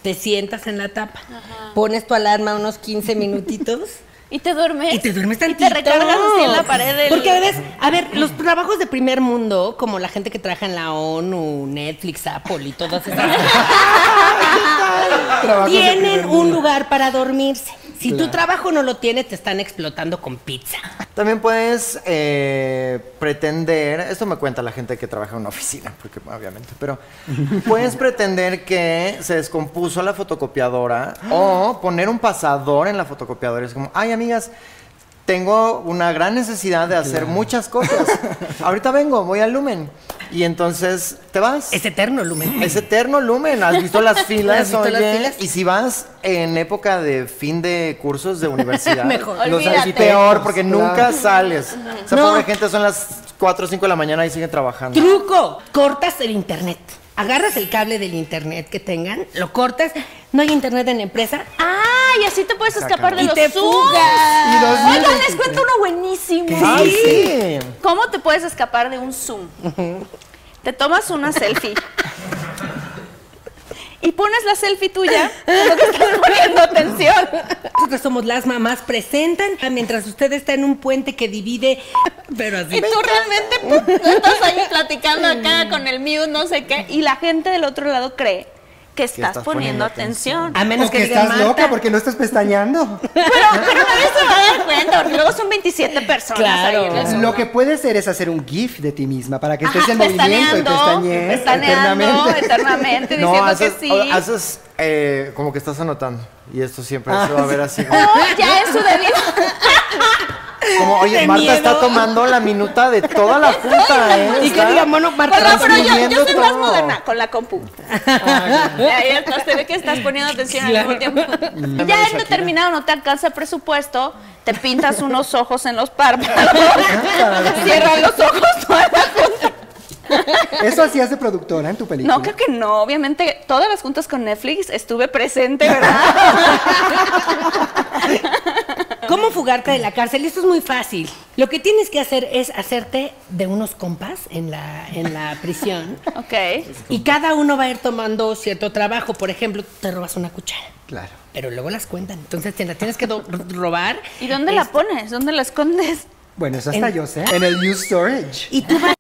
[SPEAKER 3] Te sientas en la tapa. Pones tu alarma unos 15 minutitos.
[SPEAKER 4] (laughs) ¿Y te duermes?
[SPEAKER 3] Y te duermes tantito.
[SPEAKER 4] ¿Eh? Y te recargas así en la pared del...
[SPEAKER 3] Porque a veces, a ver, los trabajos de primer mundo, como la gente que trabaja en la ONU, Netflix, Apple y todas esas,
[SPEAKER 1] Trabajos de primer
[SPEAKER 3] tienen un
[SPEAKER 1] mundo.
[SPEAKER 3] lugar para dormirse. Si tu
[SPEAKER 1] Claro.
[SPEAKER 3] trabajo no lo tiene, te están explotando con pizza.
[SPEAKER 6] También puedes eh, pretender, esto me cuenta la gente que trabaja en una oficina, porque obviamente, pero puedes pretender que se descompuso la fotocopiadora o poner un pasador en la fotocopiadora. Es como, ay amigas, tengo una gran necesidad de hacer muchas cosas. Ahorita vengo, voy al Lumen. Y entonces te vas.
[SPEAKER 3] Es eterno, Lumen.
[SPEAKER 6] Es eterno lumen, has visto las filas,
[SPEAKER 3] ¿Has visto las
[SPEAKER 6] Oye,
[SPEAKER 3] filas?
[SPEAKER 6] Y si vas en época de fin de cursos de universidad,
[SPEAKER 3] Mejor.
[SPEAKER 6] los
[SPEAKER 4] Olvídate.
[SPEAKER 6] peor porque
[SPEAKER 1] Claro.
[SPEAKER 6] nunca sales. O sea,
[SPEAKER 3] No.
[SPEAKER 6] pobre gente, son las 4 o 5 de la mañana y siguen trabajando.
[SPEAKER 3] Truco, cortas el internet. Agarras el cable del internet que tengan, lo cortas, no hay internet en la empresa.
[SPEAKER 4] Ah, y así te puedes escapar de
[SPEAKER 3] Y
[SPEAKER 4] los
[SPEAKER 3] te
[SPEAKER 4] Zooms.
[SPEAKER 3] fugas.
[SPEAKER 1] Y los
[SPEAKER 4] Oigan,
[SPEAKER 1] niños-
[SPEAKER 4] les cuento uno buenísimo.
[SPEAKER 6] Ay, Ah, sí.
[SPEAKER 4] ¿Cómo te puedes escapar de un Zoom? Te tomas una selfie. Y pones la selfie tuya, lo que estás poniendo atención.
[SPEAKER 3] Nosotros somos las mamás presentan, ah, mientras usted está en un puente que divide, pero
[SPEAKER 4] Y
[SPEAKER 3] así.
[SPEAKER 4] tú realmente pu- estás ahí platicando acá con el mute, no sé qué. Y la gente del otro lado cree que estás,
[SPEAKER 6] estás
[SPEAKER 4] poniendo
[SPEAKER 6] poniendo
[SPEAKER 4] atención.
[SPEAKER 3] A menos
[SPEAKER 1] O
[SPEAKER 3] que,
[SPEAKER 1] que,
[SPEAKER 3] digan,
[SPEAKER 1] estás loca
[SPEAKER 3] "Marta".
[SPEAKER 1] porque no estás pestañando.
[SPEAKER 4] Pero, pero nadie se va a dar cuenta, porque luego son 27 personas ahí en el Zoom.
[SPEAKER 1] Lo que puedes hacer es hacer un GIF de ti misma para que estés
[SPEAKER 4] Ajá,
[SPEAKER 1] en movimiento y
[SPEAKER 4] pestaneando,
[SPEAKER 1] pestañees
[SPEAKER 4] pestaneando
[SPEAKER 1] eternamente.
[SPEAKER 4] eternamente,
[SPEAKER 6] (laughs) No,
[SPEAKER 4] diciendo
[SPEAKER 6] haces,
[SPEAKER 4] que sí.
[SPEAKER 6] o- haces, eh, como que estás anotando. Y esto siempre se va a ver así. como-
[SPEAKER 4] No, ya es su delito.
[SPEAKER 6] Como, oye,
[SPEAKER 3] De
[SPEAKER 6] Marta
[SPEAKER 3] miedo.
[SPEAKER 6] está tomando la minuta de toda la junta, ¿eh?
[SPEAKER 3] Y que
[SPEAKER 6] Está
[SPEAKER 3] diga, bueno, Marta,
[SPEAKER 4] Bueno, pero yo, yo
[SPEAKER 6] transmitiendo
[SPEAKER 4] soy más
[SPEAKER 6] todo.
[SPEAKER 4] moderna con la compu. (laughs) Ya, ya estás, te ve que estás poniendo atención al mismo (laughs)
[SPEAKER 3] Mm.
[SPEAKER 4] tiempo. Ya en determinado no te alcanza el presupuesto, te pintas unos ojos en
[SPEAKER 3] (laughs)
[SPEAKER 4] los párpados,
[SPEAKER 3] Ah.
[SPEAKER 4] (laughs) cierras los ojos toda la junta.
[SPEAKER 1] Eso hacías de productora en tu película.
[SPEAKER 4] No, creo que no. Obviamente, todas las juntas con Netflix estuve
[SPEAKER 3] (laughs)
[SPEAKER 4] presente, ¿verdad?
[SPEAKER 3] ¿Cómo fugarte de la cárcel? Esto es muy fácil. Lo que tienes que hacer es hacerte de unos compas en la, en
[SPEAKER 1] (laughs)
[SPEAKER 3] la prisión.
[SPEAKER 4] Ok.
[SPEAKER 3] Y cada uno va a ir tomando cierto trabajo. Por ejemplo, te robas una cuchara,
[SPEAKER 1] Claro.
[SPEAKER 3] pero luego las cuentan. Entonces te la tienes que do- robar.
[SPEAKER 4] ¿Y dónde
[SPEAKER 3] Este.
[SPEAKER 4] la pones? ¿Dónde la escondes?
[SPEAKER 1] Bueno, eso hasta
[SPEAKER 3] En-
[SPEAKER 1] yo sé. En el New Storage.
[SPEAKER 3] Y tú vas.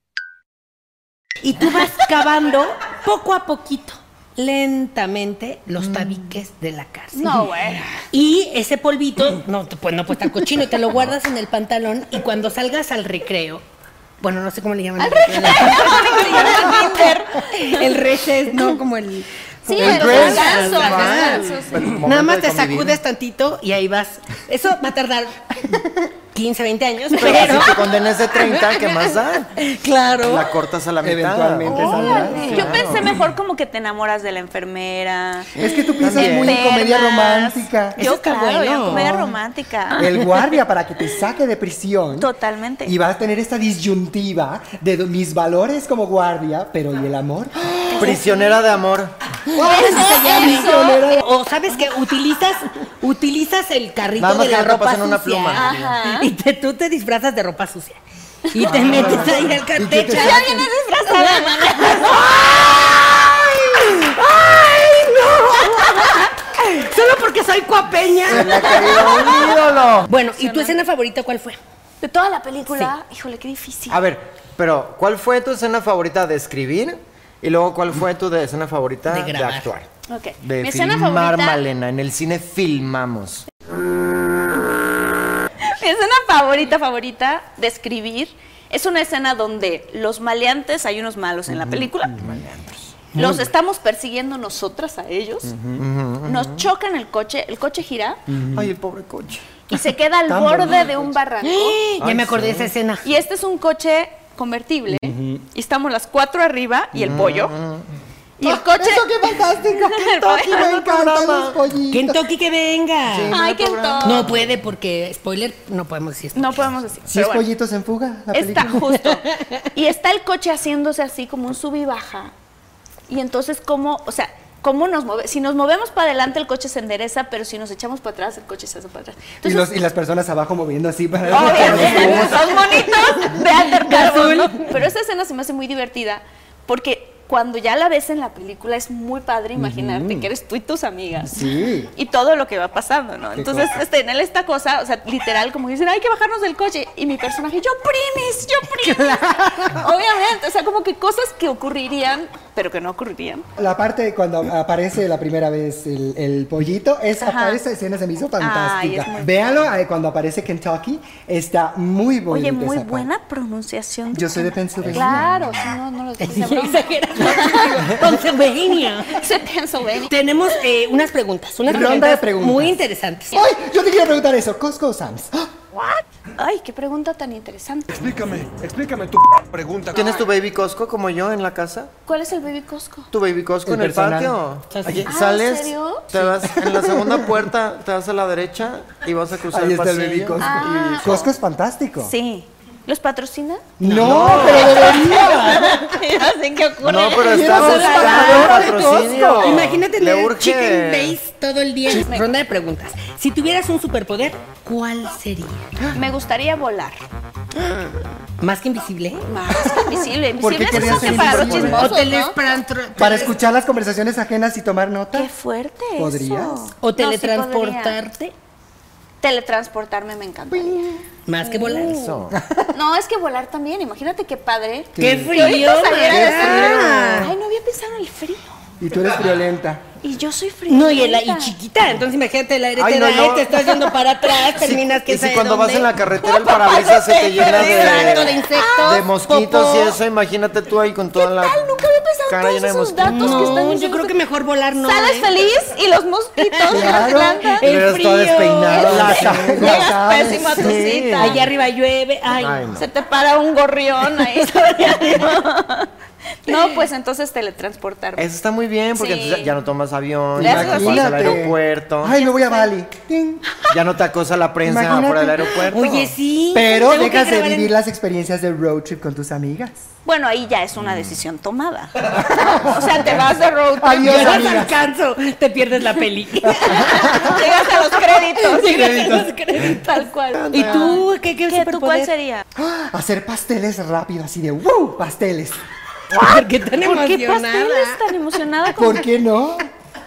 [SPEAKER 3] Y tú vas cavando poco a poquito, lentamente,
[SPEAKER 1] Mm.
[SPEAKER 3] los tabiques de la cárcel.
[SPEAKER 4] No, güey.
[SPEAKER 3] Y ese polvito, no, te- pues no puede estar cochino, y te lo guardas en el pantalón. Y cuando salgas al recreo, bueno, no sé cómo le llaman. Al (laughs) recreo. el recess, no, como el.
[SPEAKER 7] Sí,
[SPEAKER 3] como el
[SPEAKER 7] el
[SPEAKER 3] break.
[SPEAKER 7] descanso, el
[SPEAKER 3] Ajá.
[SPEAKER 7] descanso, sí.
[SPEAKER 3] Nada más te sacudes tantito y ahí vas. Eso va a tardar 15, 20 años,
[SPEAKER 6] Pero
[SPEAKER 3] pero.
[SPEAKER 6] así te condenes de 30, ¿qué más da?
[SPEAKER 3] (laughs) Claro.
[SPEAKER 6] La cortas a la mitad.
[SPEAKER 1] Eventualmente saldrá.
[SPEAKER 4] Yo pensé mejor como que te enamoras de la enfermera.
[SPEAKER 1] Es que tú piensas muy en
[SPEAKER 4] enfermas.
[SPEAKER 1] comedia romántica.
[SPEAKER 3] Eso
[SPEAKER 4] Yo,
[SPEAKER 3] está
[SPEAKER 4] claro, yo
[SPEAKER 3] bueno. Ah.
[SPEAKER 4] comedia romántica.
[SPEAKER 1] El guardia para que te saque de prisión.
[SPEAKER 4] Totalmente.
[SPEAKER 1] Y vas a tener esta disyuntiva de do- mis valores como guardia, pero ¿y el amor?
[SPEAKER 6] Prisionera de amor.
[SPEAKER 1] Prisionera.
[SPEAKER 3] O sabes que utilizas utilizas el carrito
[SPEAKER 6] Nada más
[SPEAKER 3] de
[SPEAKER 6] que
[SPEAKER 3] la
[SPEAKER 6] no te
[SPEAKER 3] ropa
[SPEAKER 6] pasen
[SPEAKER 3] sucia
[SPEAKER 6] una pluma.
[SPEAKER 4] Ajá.
[SPEAKER 3] y te- tú te disfrazas de ropa sucia y te metes ahí al cartecho.
[SPEAKER 4] Ya vienes disfrazada, mamá.
[SPEAKER 3] Solo porque soy cuapeña.
[SPEAKER 6] ¡Querido ídolo!
[SPEAKER 3] Bueno, ¿y tu escena favorita cuál fue?
[SPEAKER 4] De toda la película, híjole, qué difícil.
[SPEAKER 6] A ver, pero ¿cuál fue tu escena favorita de escribir? Y luego, ¿cuál fue tu de- escena favorita
[SPEAKER 3] De
[SPEAKER 6] de,
[SPEAKER 3] grabar.
[SPEAKER 6] actuar?
[SPEAKER 4] Ok.
[SPEAKER 6] De
[SPEAKER 4] Mi escena
[SPEAKER 6] filmar,
[SPEAKER 4] favorita.
[SPEAKER 6] Malena. En el cine filmamos.
[SPEAKER 4] Mi escena favorita, favorita de escribir es una escena donde los maleantes, hay unos malos en la película. Los estamos persiguiendo nosotras a ellos. Nos chocan el coche, el coche gira
[SPEAKER 6] Ay, el pobre coche.
[SPEAKER 4] y se queda al
[SPEAKER 1] Tan
[SPEAKER 4] borde
[SPEAKER 1] bonito
[SPEAKER 4] de un barranco.
[SPEAKER 3] ya me acordé de esa escena.
[SPEAKER 4] Y este es un coche convertible. Y estamos las cuatro arriba y el pollo. Y el coche.
[SPEAKER 1] Mm. Ah, Eso qué fantástico.
[SPEAKER 4] (laughs) El
[SPEAKER 1] Kentucky,
[SPEAKER 4] pollo.
[SPEAKER 1] me encantan los pollitos.
[SPEAKER 3] Kentucky que venga.
[SPEAKER 4] Ay, qué
[SPEAKER 3] No puede porque spoiler no podemos decir.
[SPEAKER 4] No podemos decir.
[SPEAKER 1] Si
[SPEAKER 4] pero
[SPEAKER 1] es
[SPEAKER 4] bueno.
[SPEAKER 1] pollitos en fuga, la
[SPEAKER 4] Está
[SPEAKER 1] película. (laughs)
[SPEAKER 4] justo. Y está el coche haciéndose así como un sub y baja. Y entonces, ¿cómo? O sea, ¿cómo nos movemos? Si nos movemos para adelante, el coche se endereza, pero si nos echamos para atrás, el coche se hace para atrás.
[SPEAKER 1] Y,
[SPEAKER 4] Entonces,
[SPEAKER 1] los- y las personas abajo moviendo así para.
[SPEAKER 4] obviamente, (laughs) son bonitos de altercarbón, ¿no? Pero esta escena se me hace muy divertida porque cuando ya la ves en la película es muy padre imaginarte que eres tú y tus amigas.
[SPEAKER 1] Sí.
[SPEAKER 4] Y todo lo que va pasando, ¿no? Entonces, este, en él esta cosa, o sea, literal, como dicen, hay que bajarnos del coche. Y mi personaje, yo primis, yo
[SPEAKER 1] (laughs)
[SPEAKER 4] primis. Obviamente, o sea, como que cosas que ocurrirían, pero que no ocurrirían.
[SPEAKER 1] (laughs) La parte de cuando aparece la primera vez el, el pollito, esa,
[SPEAKER 4] Ajá.
[SPEAKER 1] esa escena se me hizo
[SPEAKER 4] Ay,
[SPEAKER 1] fantástica.
[SPEAKER 4] es muy-
[SPEAKER 1] Véanlo ahí cuando aparece Kentucky, está muy bonita.
[SPEAKER 4] Oye, muy
[SPEAKER 1] esa parte.
[SPEAKER 4] buena pronunciación.
[SPEAKER 1] Yo soy de Pensilvania.
[SPEAKER 4] Claro, sí, no, no lo dije.
[SPEAKER 3] Exagerado. Pennsylvania.
[SPEAKER 4] (laughs) Soy de Pennsylvania.
[SPEAKER 3] Tenemos eh, unas preguntas, unas
[SPEAKER 1] Ronda de
[SPEAKER 3] preguntas,
[SPEAKER 1] preguntas.
[SPEAKER 3] muy interesantes.
[SPEAKER 1] ¡Ay! Yo te quiero preguntar eso. Costco o Sam's. ¡Ah!
[SPEAKER 4] Ay, qué pregunta tan interesante.
[SPEAKER 10] Explícame, explícame tu p- pregunta.
[SPEAKER 6] ¿Tienes tu baby Costco como yo en la casa?
[SPEAKER 4] ¿Cuál es el baby Costco?
[SPEAKER 6] ¿Tu baby Costco
[SPEAKER 1] El
[SPEAKER 6] en el
[SPEAKER 1] personal.
[SPEAKER 6] patio?
[SPEAKER 3] Sí, sí.
[SPEAKER 6] Aquí,
[SPEAKER 4] Ah, ¿en
[SPEAKER 6] sales,
[SPEAKER 4] serio?
[SPEAKER 6] te vas en la segunda puerta, te vas a la derecha y vas a cruzar
[SPEAKER 1] Ahí
[SPEAKER 6] el
[SPEAKER 1] está el
[SPEAKER 6] pasillo.
[SPEAKER 1] baby Costco. Costco es fantástico.
[SPEAKER 4] Ah. Sí. ¿Los (laughs) patrocina?
[SPEAKER 1] No, pero debería.
[SPEAKER 4] (laughs) no sé qué ocurre.
[SPEAKER 6] No, pero está
[SPEAKER 1] Quiero ser
[SPEAKER 6] buscando
[SPEAKER 1] embajadora de
[SPEAKER 6] patrocinio.
[SPEAKER 3] Imagínate
[SPEAKER 6] Le
[SPEAKER 3] tener
[SPEAKER 6] urge.
[SPEAKER 3] chicken base todo el día. Ronda de preguntas. Si tuvieras un superpoder, ¿cuál sería?
[SPEAKER 4] Me gustaría volar.
[SPEAKER 3] ¿Más que invisible?
[SPEAKER 4] Más que invisible.
[SPEAKER 1] ¿Por qué
[SPEAKER 4] Invisible es
[SPEAKER 1] querías
[SPEAKER 4] como que
[SPEAKER 1] ser
[SPEAKER 4] para los
[SPEAKER 1] invisible?
[SPEAKER 3] ¿O
[SPEAKER 4] chismosos, ¿no?
[SPEAKER 3] teletranspor-
[SPEAKER 1] Para escuchar las conversaciones ajenas y tomar nota.
[SPEAKER 4] Qué fuerte
[SPEAKER 1] ¿Podrías?
[SPEAKER 4] eso.
[SPEAKER 3] ¿O
[SPEAKER 4] No, sí podría.
[SPEAKER 3] teletransportarte?
[SPEAKER 4] Teletransportarme me encanta.
[SPEAKER 3] Más que volar.
[SPEAKER 6] Eso.
[SPEAKER 4] No, es que volar también. Imagínate qué padre.
[SPEAKER 3] ¡Qué
[SPEAKER 4] Que ahorita
[SPEAKER 3] frío!
[SPEAKER 4] saliera de esta-
[SPEAKER 3] ¿verdad?
[SPEAKER 4] Ay, no había pensado en el frío.
[SPEAKER 1] Y tú eres
[SPEAKER 4] (laughs)
[SPEAKER 1] friolenta.
[SPEAKER 4] Y yo soy frío.
[SPEAKER 3] No, y, el- y chiquita, entonces imagínate el aire
[SPEAKER 6] Ay,
[SPEAKER 3] te
[SPEAKER 6] no,
[SPEAKER 3] da,
[SPEAKER 6] no.
[SPEAKER 3] te estás yendo para
[SPEAKER 6] (laughs)
[SPEAKER 3] atrás, terminas que
[SPEAKER 6] y si
[SPEAKER 3] sabe
[SPEAKER 6] cuando vas
[SPEAKER 3] dónde.
[SPEAKER 6] en la carretera el parabrisas se te llena de,
[SPEAKER 3] Exacto, de insectos,
[SPEAKER 6] de mosquitos
[SPEAKER 3] popó.
[SPEAKER 6] y eso, imagínate tú ahí con toda la...
[SPEAKER 4] Nunca había pensado
[SPEAKER 6] cara llena de
[SPEAKER 4] esos
[SPEAKER 6] mosquitos.
[SPEAKER 4] datos que están
[SPEAKER 3] No, yo creo que mejor volar no.
[SPEAKER 4] Sales
[SPEAKER 3] ¿eh?
[SPEAKER 4] feliz y los mosquitos te
[SPEAKER 6] Claro.
[SPEAKER 4] plantan.
[SPEAKER 6] Pero
[SPEAKER 3] El
[SPEAKER 6] eres toda
[SPEAKER 3] frío.
[SPEAKER 6] despeinada.
[SPEAKER 3] La
[SPEAKER 6] sí, la
[SPEAKER 4] Llegas
[SPEAKER 6] sabes,
[SPEAKER 4] pésimo a tu
[SPEAKER 6] sí.
[SPEAKER 4] cita.
[SPEAKER 3] Allá arriba llueve. Ay,
[SPEAKER 6] Ay, no.
[SPEAKER 4] Se te para un gorrión ahí. (laughs) sobre arriba. no, pues entonces teletransportarme.
[SPEAKER 6] Eso está muy bien porque
[SPEAKER 4] Sí.
[SPEAKER 6] entonces ya no tomas avión, ya
[SPEAKER 4] Gracias.
[SPEAKER 6] no vas al
[SPEAKER 4] Imagínate. Este,
[SPEAKER 6] aeropuerto,
[SPEAKER 1] Ay, me voy a Bali. Ting.
[SPEAKER 6] ya no te acosa la prensa
[SPEAKER 1] Imagínate.
[SPEAKER 6] fuera del aeropuerto.
[SPEAKER 3] Oye, sí.
[SPEAKER 1] Pero
[SPEAKER 3] tengo que
[SPEAKER 1] dejas de
[SPEAKER 3] grabar en-
[SPEAKER 1] vivir las experiencias de road trip con tus amigas.
[SPEAKER 4] (gasps) Bueno, ahí ya es una decisión tomada. o sea, te vas de road trip.
[SPEAKER 1] Adiós,
[SPEAKER 3] Yo no te
[SPEAKER 1] amigas.
[SPEAKER 3] alcanzo. Te pierdes la
[SPEAKER 6] (laughs)
[SPEAKER 3] película.
[SPEAKER 4] Llegas a los créditos.
[SPEAKER 3] Llegas a los créditos.
[SPEAKER 4] Tal cual.
[SPEAKER 3] ¿Y tú? Ah. ¿Qué, qué,
[SPEAKER 4] ¿Qué, tú cuál
[SPEAKER 3] superpoder?
[SPEAKER 4] sería?
[SPEAKER 1] ¡Ah! Hacer pasteles rápido, así de ¡wow! Pasteles.
[SPEAKER 3] ¿Por qué tan
[SPEAKER 4] ¿Por qué pasteles
[SPEAKER 3] emocionada?
[SPEAKER 4] tan emocionada? con-
[SPEAKER 1] ¿Por qué no?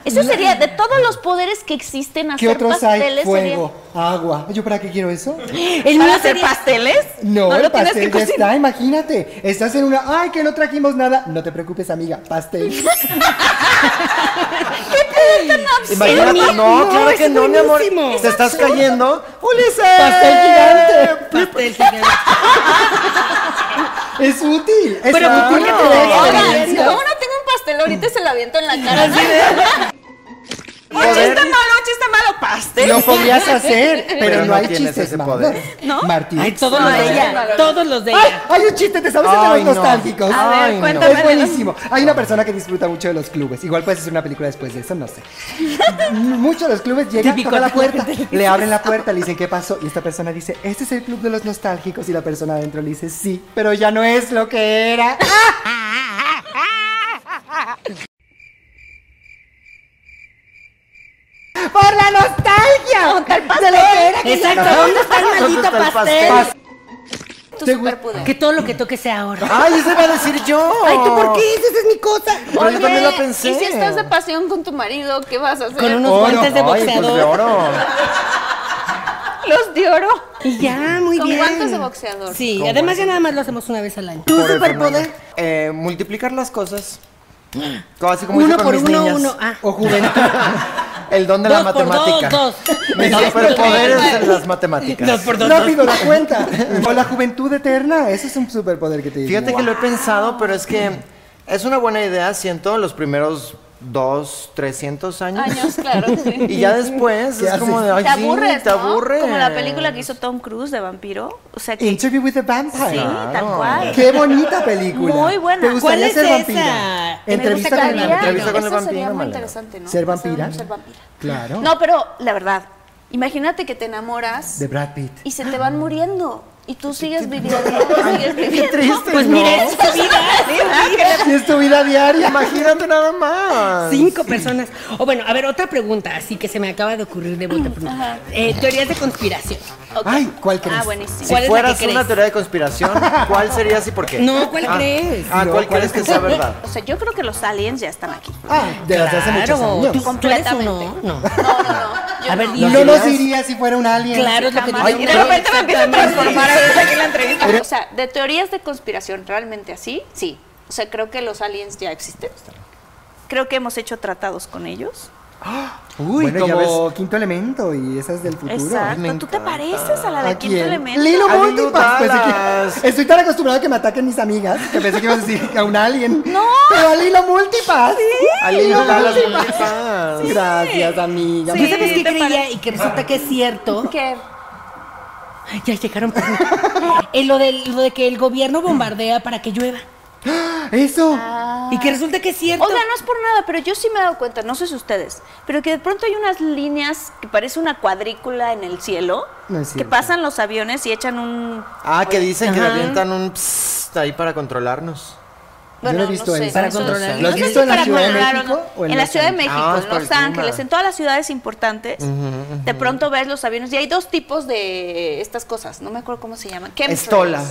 [SPEAKER 4] Eso sería de todos los poderes que existen hacer
[SPEAKER 1] ¿Qué otros hay?
[SPEAKER 4] pasteles. sería-
[SPEAKER 1] Fuego, agua. ¿Yo para qué quiero eso?
[SPEAKER 3] El mío
[SPEAKER 4] ¿Para hacer
[SPEAKER 3] sería-
[SPEAKER 4] pasteles?
[SPEAKER 1] No,
[SPEAKER 4] lo
[SPEAKER 1] el
[SPEAKER 4] tienes
[SPEAKER 1] pastel
[SPEAKER 4] que
[SPEAKER 1] ya
[SPEAKER 4] cocinar.
[SPEAKER 1] está, imagínate. Estás en una, ay, que no trajimos nada. No te preocupes, amiga, pastel.
[SPEAKER 4] (laughs)
[SPEAKER 6] Imagínate, no,
[SPEAKER 3] No,
[SPEAKER 6] claro
[SPEAKER 3] es
[SPEAKER 6] que no, mi amor.
[SPEAKER 3] buenísimo.
[SPEAKER 6] Te estás cayendo. ¡Ulises!
[SPEAKER 1] Pastel gigante.
[SPEAKER 3] Pastel gigante.
[SPEAKER 1] Es útil. Es
[SPEAKER 3] Pero, ¿por
[SPEAKER 1] útil.
[SPEAKER 3] qué te daría
[SPEAKER 1] Ahora,
[SPEAKER 4] Oigan, ¿cómo no tengo un pastel? Ahorita se lo aviento en la cara. Un
[SPEAKER 6] Poder.
[SPEAKER 4] chiste malo, un chiste malo, pastel.
[SPEAKER 1] Lo podrías
[SPEAKER 6] (laughs)
[SPEAKER 1] hacer, pero,
[SPEAKER 6] Pero
[SPEAKER 1] no,
[SPEAKER 6] no
[SPEAKER 1] hay
[SPEAKER 6] tienes
[SPEAKER 1] chistes
[SPEAKER 6] ese
[SPEAKER 1] malos.
[SPEAKER 6] poder.
[SPEAKER 4] ¿No?
[SPEAKER 1] Martín.
[SPEAKER 3] (laughs) Ay, todos los de ella. Todos los de
[SPEAKER 1] Ay,
[SPEAKER 3] ella.
[SPEAKER 1] hay un chiste, te sabes el de
[SPEAKER 6] Ay, no.
[SPEAKER 1] los nostálgicos.
[SPEAKER 6] A ver, Ay, no.
[SPEAKER 4] cuéntame.
[SPEAKER 1] Es buenísimo. Hay una persona que disfruta mucho de los clubes. Igual puedes hacer una película después de eso, no sé. Muchos de los clubes llegan,
[SPEAKER 3] Típico
[SPEAKER 1] tocan la
[SPEAKER 3] club de
[SPEAKER 1] puerta, le abren la puerta, le dicen qué pasó. Y esta persona dice, este es el club de los nostálgicos. Y la persona adentro le dice, sí, pero ya no es lo que era. (laughs) ¡Por la nostalgia! De lo que era que ya
[SPEAKER 3] Exacto,
[SPEAKER 1] no.
[SPEAKER 3] ¿dónde está el maldito
[SPEAKER 6] está el pastel?
[SPEAKER 3] pastel?
[SPEAKER 4] Tu
[SPEAKER 1] Te-
[SPEAKER 4] superpoder.
[SPEAKER 3] Que todo lo que toque sea oro.
[SPEAKER 6] ¡Ay, ese iba a decir yo!
[SPEAKER 3] Ay, ¿tú por qué? Esa es mi cosa.
[SPEAKER 6] Pero yo también lo pensé.
[SPEAKER 4] ¿y si estás de pasión con tu marido, qué vas a hacer? Oh.
[SPEAKER 3] Con unos
[SPEAKER 6] Oro.
[SPEAKER 3] guantes de
[SPEAKER 6] Ay, pues de
[SPEAKER 3] boxeador.
[SPEAKER 6] oro.
[SPEAKER 4] Los de oro.
[SPEAKER 3] Y ya, muy
[SPEAKER 4] Con
[SPEAKER 3] bien.
[SPEAKER 4] guantes de boxeador.
[SPEAKER 3] Sí,
[SPEAKER 6] Con
[SPEAKER 3] además ya
[SPEAKER 6] guantes.
[SPEAKER 3] nada más lo hacemos una vez al año. ¿Tu
[SPEAKER 6] Por el
[SPEAKER 3] superpoder?
[SPEAKER 6] Fernando. Eh, multiplicar las cosas. Así como hice
[SPEAKER 3] Uno
[SPEAKER 6] con
[SPEAKER 3] por
[SPEAKER 6] mis
[SPEAKER 3] uno,
[SPEAKER 6] niñas.
[SPEAKER 3] uno. Ah.
[SPEAKER 1] O juventud.
[SPEAKER 6] (laughs) El don de la
[SPEAKER 3] Dos por
[SPEAKER 6] matemática.
[SPEAKER 3] dos,
[SPEAKER 6] (laughs)
[SPEAKER 3] dos. (laughs) pues,
[SPEAKER 6] Mi superpoder es de las matemáticas.
[SPEAKER 3] Dos por dos. dos.
[SPEAKER 1] Rápido, la cuenta. O la juventud eterna. Eso es un superpoder que te digo.
[SPEAKER 6] Fíjate que lo he pensado, pero es que es una buena idea, siento, los primeros dos, trescientos años.
[SPEAKER 4] Años, claro. sí.
[SPEAKER 6] (laughs) Y ya
[SPEAKER 3] (laughs)
[SPEAKER 6] después
[SPEAKER 1] ¿Qué
[SPEAKER 6] es como
[SPEAKER 1] haces?
[SPEAKER 6] de, ay,
[SPEAKER 4] Te
[SPEAKER 6] sí,
[SPEAKER 4] aburres,
[SPEAKER 6] te
[SPEAKER 4] ¿no?
[SPEAKER 6] aburres.
[SPEAKER 4] Como la película que hizo Tom Cruise de vampiro. O sea, que
[SPEAKER 1] Interview with the Vampire.
[SPEAKER 4] sí, tal cual.
[SPEAKER 1] Qué bonita película.
[SPEAKER 4] Muy buena.
[SPEAKER 1] ¿Te
[SPEAKER 3] ¿Cuál
[SPEAKER 1] gustaría
[SPEAKER 3] es
[SPEAKER 1] ser
[SPEAKER 3] esa?
[SPEAKER 1] vampira?
[SPEAKER 3] Me
[SPEAKER 1] Entrevista
[SPEAKER 3] gusta
[SPEAKER 1] con
[SPEAKER 4] Estaría-
[SPEAKER 1] el
[SPEAKER 3] Carla.
[SPEAKER 6] Entrevista con el
[SPEAKER 4] eso sería
[SPEAKER 6] vampiro,
[SPEAKER 4] muy
[SPEAKER 6] Malena.
[SPEAKER 4] interesante, ¿no?
[SPEAKER 1] ¿Ser vampira?
[SPEAKER 4] Ser vampira.
[SPEAKER 1] Claro.
[SPEAKER 4] No, pero la verdad, imagínate que te enamoras
[SPEAKER 1] De Brad Pitt.
[SPEAKER 4] y se te van muriendo y tú sigues viviendo. y sigues viviendo.
[SPEAKER 6] triste,
[SPEAKER 3] Pues
[SPEAKER 6] ¿no?
[SPEAKER 3] mira, es tu (laughs) vida.
[SPEAKER 1] (laughs) Y es tu vida diaria.
[SPEAKER 6] Imagínate nada más.
[SPEAKER 3] Cinco personas. O bueno, a ver, otra pregunta, así que se me acaba de ocurrir de bote pronto. Eh, teorías de conspiración.
[SPEAKER 4] Ok.
[SPEAKER 1] Ay, ¿cuál crees?
[SPEAKER 4] Ah, buenísimo.
[SPEAKER 6] Si
[SPEAKER 3] ¿Cuál es la
[SPEAKER 6] fueras
[SPEAKER 3] que
[SPEAKER 6] una
[SPEAKER 3] crees?
[SPEAKER 6] teoría de conspiración, ¿cuál serías y por qué?
[SPEAKER 3] No, ¿cuál
[SPEAKER 6] Ah,
[SPEAKER 3] crees?
[SPEAKER 6] Ah,
[SPEAKER 1] No,
[SPEAKER 6] ¿cuál
[SPEAKER 1] ¿cuál
[SPEAKER 6] crees que
[SPEAKER 1] es?
[SPEAKER 6] sea verdad?
[SPEAKER 4] O sea, yo creo que los aliens ya están aquí.
[SPEAKER 1] Ah, de las de hace muchos
[SPEAKER 3] Claro,
[SPEAKER 1] años.
[SPEAKER 3] ¿tú, tú eres uno?
[SPEAKER 4] Completamente.
[SPEAKER 3] No.
[SPEAKER 4] No, no, no. yo
[SPEAKER 3] A ver,
[SPEAKER 4] no.
[SPEAKER 3] di-
[SPEAKER 1] No nos iría si fuera un alien.
[SPEAKER 3] Claro, es lo que te
[SPEAKER 4] Jamás.
[SPEAKER 3] digo.
[SPEAKER 4] Y de repente me empiezo a transformar ahorita aquí en la entrevista.
[SPEAKER 1] Pero-
[SPEAKER 4] O sea, de teorías de conspiración realmente así, sí. O sea, creo que los aliens ya existen. Creo que hemos hecho tratados con ellos.
[SPEAKER 1] Uy,
[SPEAKER 6] Bueno, ya
[SPEAKER 1] como quinto elemento y esas del futuro.
[SPEAKER 6] me
[SPEAKER 4] Exacto. ¿Tú te
[SPEAKER 6] encanta.
[SPEAKER 4] pareces a la de
[SPEAKER 1] ¿A
[SPEAKER 4] Quinto
[SPEAKER 1] quién?
[SPEAKER 4] Elemento?
[SPEAKER 1] Lilo
[SPEAKER 6] A Lilo
[SPEAKER 1] Multipass. Pensé que-
[SPEAKER 6] Dallas.
[SPEAKER 1] estoy tan acostumbrada a que me ataquen mis amigas que pensé que ibas a decir a un alien.
[SPEAKER 4] No.
[SPEAKER 1] Pero a Lilo Multipass.
[SPEAKER 6] Alguien
[SPEAKER 1] Lilo
[SPEAKER 6] está a las
[SPEAKER 1] Multipass.
[SPEAKER 6] multipass.
[SPEAKER 1] Gracias, amiga.
[SPEAKER 3] Yo
[SPEAKER 4] Sí,
[SPEAKER 3] sabes qué
[SPEAKER 4] ¿te
[SPEAKER 3] creía
[SPEAKER 4] parece?
[SPEAKER 3] y que resulta que es cierto.
[SPEAKER 4] ¿Qué?
[SPEAKER 3] Ay, ya llegaron por mí. Eh, lo, de, lo de que el gobierno bombardea para que llueva.
[SPEAKER 1] Pues, Eso.
[SPEAKER 3] Y que resulta que es cierto.
[SPEAKER 4] Oiga, no es por nada, pero yo sí me he dado cuenta, no sé si ustedes, pero que de pronto hay unas líneas que parece una cuadrícula en el cielo,
[SPEAKER 1] No es
[SPEAKER 4] que
[SPEAKER 1] cierto.
[SPEAKER 4] pasan los aviones y echan un...
[SPEAKER 6] Ah,
[SPEAKER 3] Pues,
[SPEAKER 6] que dicen que le avientan un psst ahí para controlarnos.
[SPEAKER 4] Bueno,
[SPEAKER 1] lo he visto
[SPEAKER 4] no sé,
[SPEAKER 1] eso. Para
[SPEAKER 4] eso-
[SPEAKER 3] controlar.
[SPEAKER 4] no
[SPEAKER 3] ¿Lo
[SPEAKER 1] has
[SPEAKER 4] sé
[SPEAKER 1] visto
[SPEAKER 4] si
[SPEAKER 1] en la
[SPEAKER 4] para
[SPEAKER 1] Ciudad de
[SPEAKER 4] controlar o no.
[SPEAKER 1] México o en
[SPEAKER 4] en la
[SPEAKER 1] Los
[SPEAKER 4] Ciudad de
[SPEAKER 1] Ángeles?
[SPEAKER 4] México,
[SPEAKER 6] Ah, es
[SPEAKER 4] en
[SPEAKER 6] por
[SPEAKER 4] Los
[SPEAKER 6] el
[SPEAKER 4] Ángeles,
[SPEAKER 6] clima.
[SPEAKER 4] en todas las ciudades importantes, de pronto ves los aviones y hay dos tipos de estas cosas, no me acuerdo cómo se llaman. chemtrails.
[SPEAKER 6] Estola.